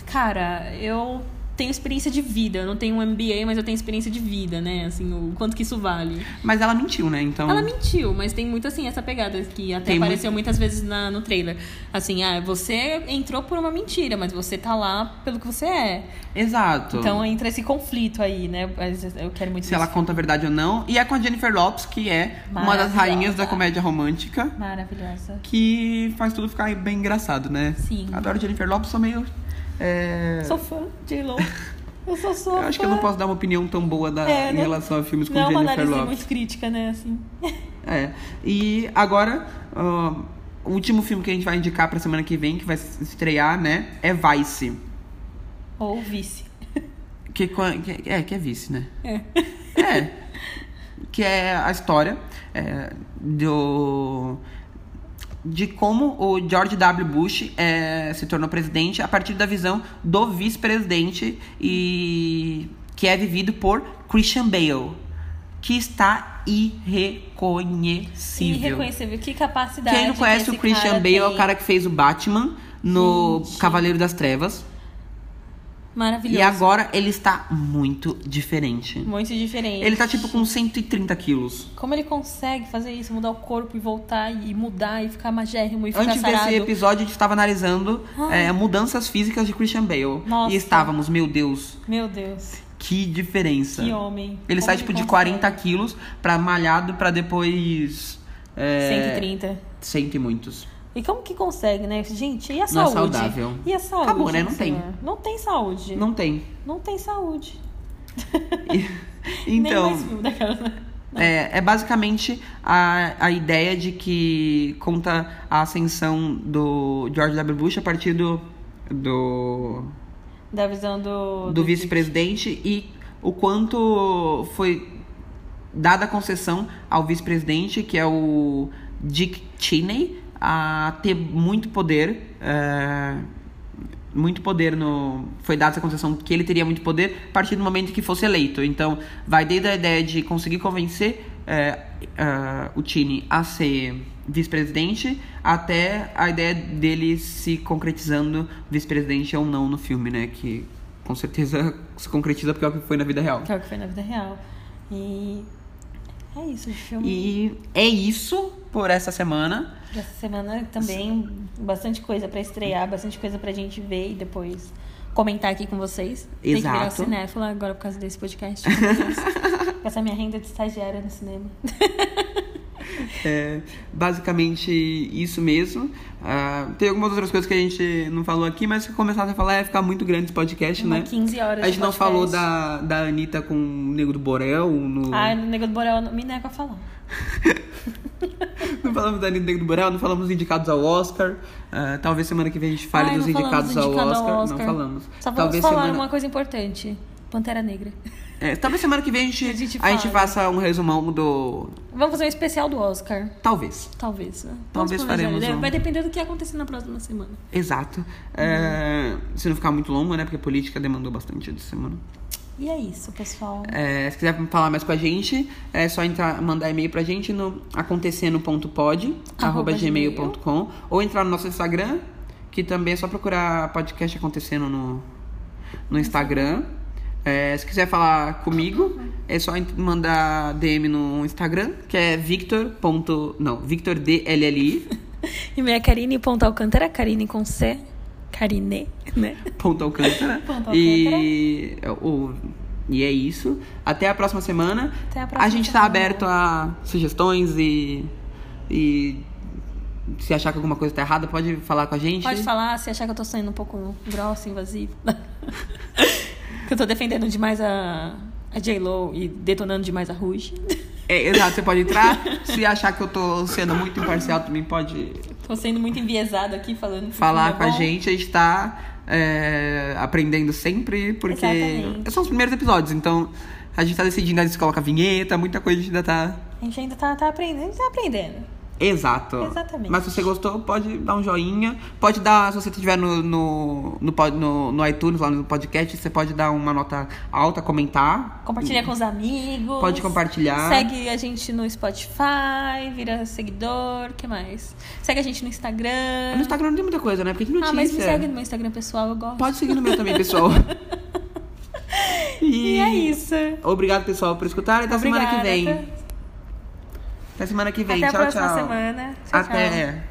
S2: cara, eu tenho experiência de vida, eu não tenho um MBA, mas eu tenho experiência de vida, né? Assim, o quanto que isso vale.
S1: Mas ela mentiu, né? Então
S2: Ela mentiu, mas tem muito assim essa pegada que até
S1: Tem
S2: apareceu muitas vezes na- no trailer. Assim, ah, você entrou por uma mentira, mas você tá lá pelo que você é.
S1: exato.
S2: Então entra esse conflito aí, né? Mas Eu quero muito
S1: se
S2: ver
S1: ela
S2: esse
S1: conta a verdade ou não. E é com a Jennifer Lopes, que é uma das
S2: Maravilhosa.
S1: rainhas da comédia romântica,
S2: filme. Maravilhosa.
S1: que faz tudo ficar bem engraçado, né?
S2: Sim.
S1: Adoro Jennifer Lopes, sou meio. é,
S2: Sou fã de Lo. Eu sou sou
S1: Eu acho que eu
S2: fã.
S1: não posso dar uma opinião tão boa da,
S2: É,
S1: em
S2: não-
S1: relação a filmes com
S2: Não é uma
S1: Jennifer
S2: análise
S1: Lopes.
S2: muito crítica, né? Assim.
S1: É. E agora, ah, o último filme que a gente vai indicar pra semana que vem, que vai se estrear, né? É Vice.
S2: Ou vice.
S1: Que, co- que- é, que é Vice, né? É. Que é a história é, do. De como o George W. Bush é, se tornou presidente a partir da visão do vice-presidente e que é vivido por Christian Bale, que está irreconhecível.
S2: Irreconhecível. Que capacidade.
S1: Quem não
S2: que
S1: conhece
S2: esse
S1: o Christian
S2: cara
S1: Bale é o
S2: tem.
S1: cara que fez o Batman no
S2: Gente.
S1: Cavaleiro das Trevas.
S2: Maravilhoso.
S1: E agora ele está muito diferente.
S2: Muito diferente.
S1: Ele tá tipo com 130 quilos.
S2: Como ele consegue fazer isso, mudar o corpo e voltar e mudar e ficar magérrimo e ficar
S1: Antes
S2: sarado?
S1: desse episódio, a gente estava analisando é, mudanças físicas de Christian Bale.
S2: Nossa.
S1: E estávamos, meu Deus,
S2: Meu Deus,
S1: que diferença.
S2: que homem.
S1: Tá. Ele
S2: Como
S1: sai tipo de
S2: consegue?
S1: 40 quilos pra malhado pra depois. É,
S2: 130.
S1: cento e muitos.
S2: E como que consegue, né? Gente, e
S1: Não
S2: a
S1: é
S2: saúde?
S1: saudável.
S2: E a saúde? É.
S1: Acabou, né? Não
S2: senhor? Não tem saúde. Não,
S1: Não tem.
S2: tem saúde.
S1: E- então.
S2: Nem mais filme daquela. né?
S1: É, é basicamente a, a ideia de que conta a ascensão do George W. Bush a partir do, do,
S2: Da visão do.
S1: do vice-presidente e o quanto foi dada a concessão ao vice-presidente, que é o Dick Cheney, a ter muito poder. é, muito poder no. Foi dada essa concessão que ele teria muito poder a partir do momento que fosse eleito. Então, vai desde a ideia de conseguir convencer é, é, o Cheney a ser vice-presidente até a ideia dele se concretizando vice-presidente ou não no filme, né? Que com certeza se concretiza porque é o que foi na vida real.
S2: Que é o que foi na vida real. E. É isso, o filme.
S1: E é isso por essa semana.
S2: Essa semana também bastante coisa pra estrear, bastante coisa pra gente ver e depois comentar aqui com vocês. Tem que virar o
S1: Exato.
S2: cinéfila agora por causa desse podcast. Com essa minha renda de estagiária no cinema.
S1: É basicamente isso mesmo. Ah, tem algumas outras coisas que a gente não falou aqui, mas se começar a falar ia ficar muito grande esse podcast,
S2: Uma
S1: né?
S2: 15 horas
S1: A gente
S2: de
S1: não
S2: podcast.
S1: falou da, da Anitta com o Negro do Borel. No...
S2: Ai, no Nego do Borel, eu me nego a falar.
S1: Não falamos da Anitta do Negro do Borel, não falamos dos indicados ao Oscar. Ah, talvez semana que vem a gente fale
S2: Ai,
S1: dos
S2: não falamos
S1: indicados
S2: do
S1: ao
S2: indicado
S1: Oscar. Não falamos.
S2: Só vamos
S1: talvez
S2: falar
S1: semana...
S2: uma coisa importante. Pantera Negra.
S1: É, talvez semana que vem a gente,
S2: A gente
S1: a gente
S2: fala.
S1: faça um resumão do.
S2: Vamos fazer um especial do Oscar.
S1: Talvez.
S2: Talvez. né? Vamos
S1: Talvez
S2: planejar.
S1: faremos
S2: Deve-
S1: um.
S2: Vai depender do que acontecer na próxima semana.
S1: Exato. É,
S2: Hum.
S1: se não ficar muito longo, né? Porque a política demandou bastante essa semana.
S2: E é isso, pessoal.
S1: É, se quiser falar mais com a gente, é só entrar, mandar e-mail pra gente no
S2: Arroba
S1: acontecendo.pod@gmail.com ou entrar no nosso Instagram, que também é só procurar podcast acontecendo no, no Instagram. É, se quiser falar comigo, é só ent- mandar DM no Instagram, que é victor. ponto- Não, victordlli.
S2: E minha Karine Ponta Alcântara, Karine com C, Karine, né?
S1: Ponto Alcântara.
S2: Ponto
S1: E, é o- e é isso. Até a próxima semana.
S2: Até a próxima
S1: gente está
S2: semana.
S1: aberto a sugestões e, e se achar que alguma coisa está errada, pode falar com a gente.
S2: Pode falar se achar que eu tô saindo um pouco grossa, invasiva. que eu tô defendendo demais a, a J-Lo e detonando demais a Rouge.
S1: É, exato, você pode entrar. se achar que eu tô sendo muito imparcial, também pode
S2: tô sendo muito enviesada aqui falando. que o
S1: falar
S2: filme
S1: com
S2: é
S1: a
S2: bom.
S1: gente. A gente tá é, aprendendo sempre, porque
S2: Exatamente.
S1: são os primeiros episódios, então a gente tá decidindo, a gente coloca vinheta, muita coisa a gente ainda tá
S2: A gente ainda tá, tá aprendendo, a gente tá aprendendo.
S1: Exato.
S2: Exatamente.
S1: Mas se você gostou, pode dar um joinha. Pode dar, se você estiver no, no, no, pod- no, no iTunes, lá no podcast, você pode dar uma nota alta, comentar.
S2: Compartilha com os amigos.
S1: Pode compartilhar.
S2: Segue a gente no Spotify, vira seguidor, o que mais? Segue a gente no Instagram.
S1: É No Instagram não tem muita coisa, né? Porque tem notícia.
S2: É. Ah, mas me segue no meu Instagram pessoal, eu gosto.
S1: Pode seguir no meu também, pessoal.
S2: E é isso.
S1: Obrigado, pessoal, por escutar. Até semana que
S2: Obrigada.
S1: vem. Até semana que vem.
S2: Até
S1: tá? tchau,
S2: a próxima
S1: tchau.
S2: semana. Tchau,
S1: Até.
S2: tchau.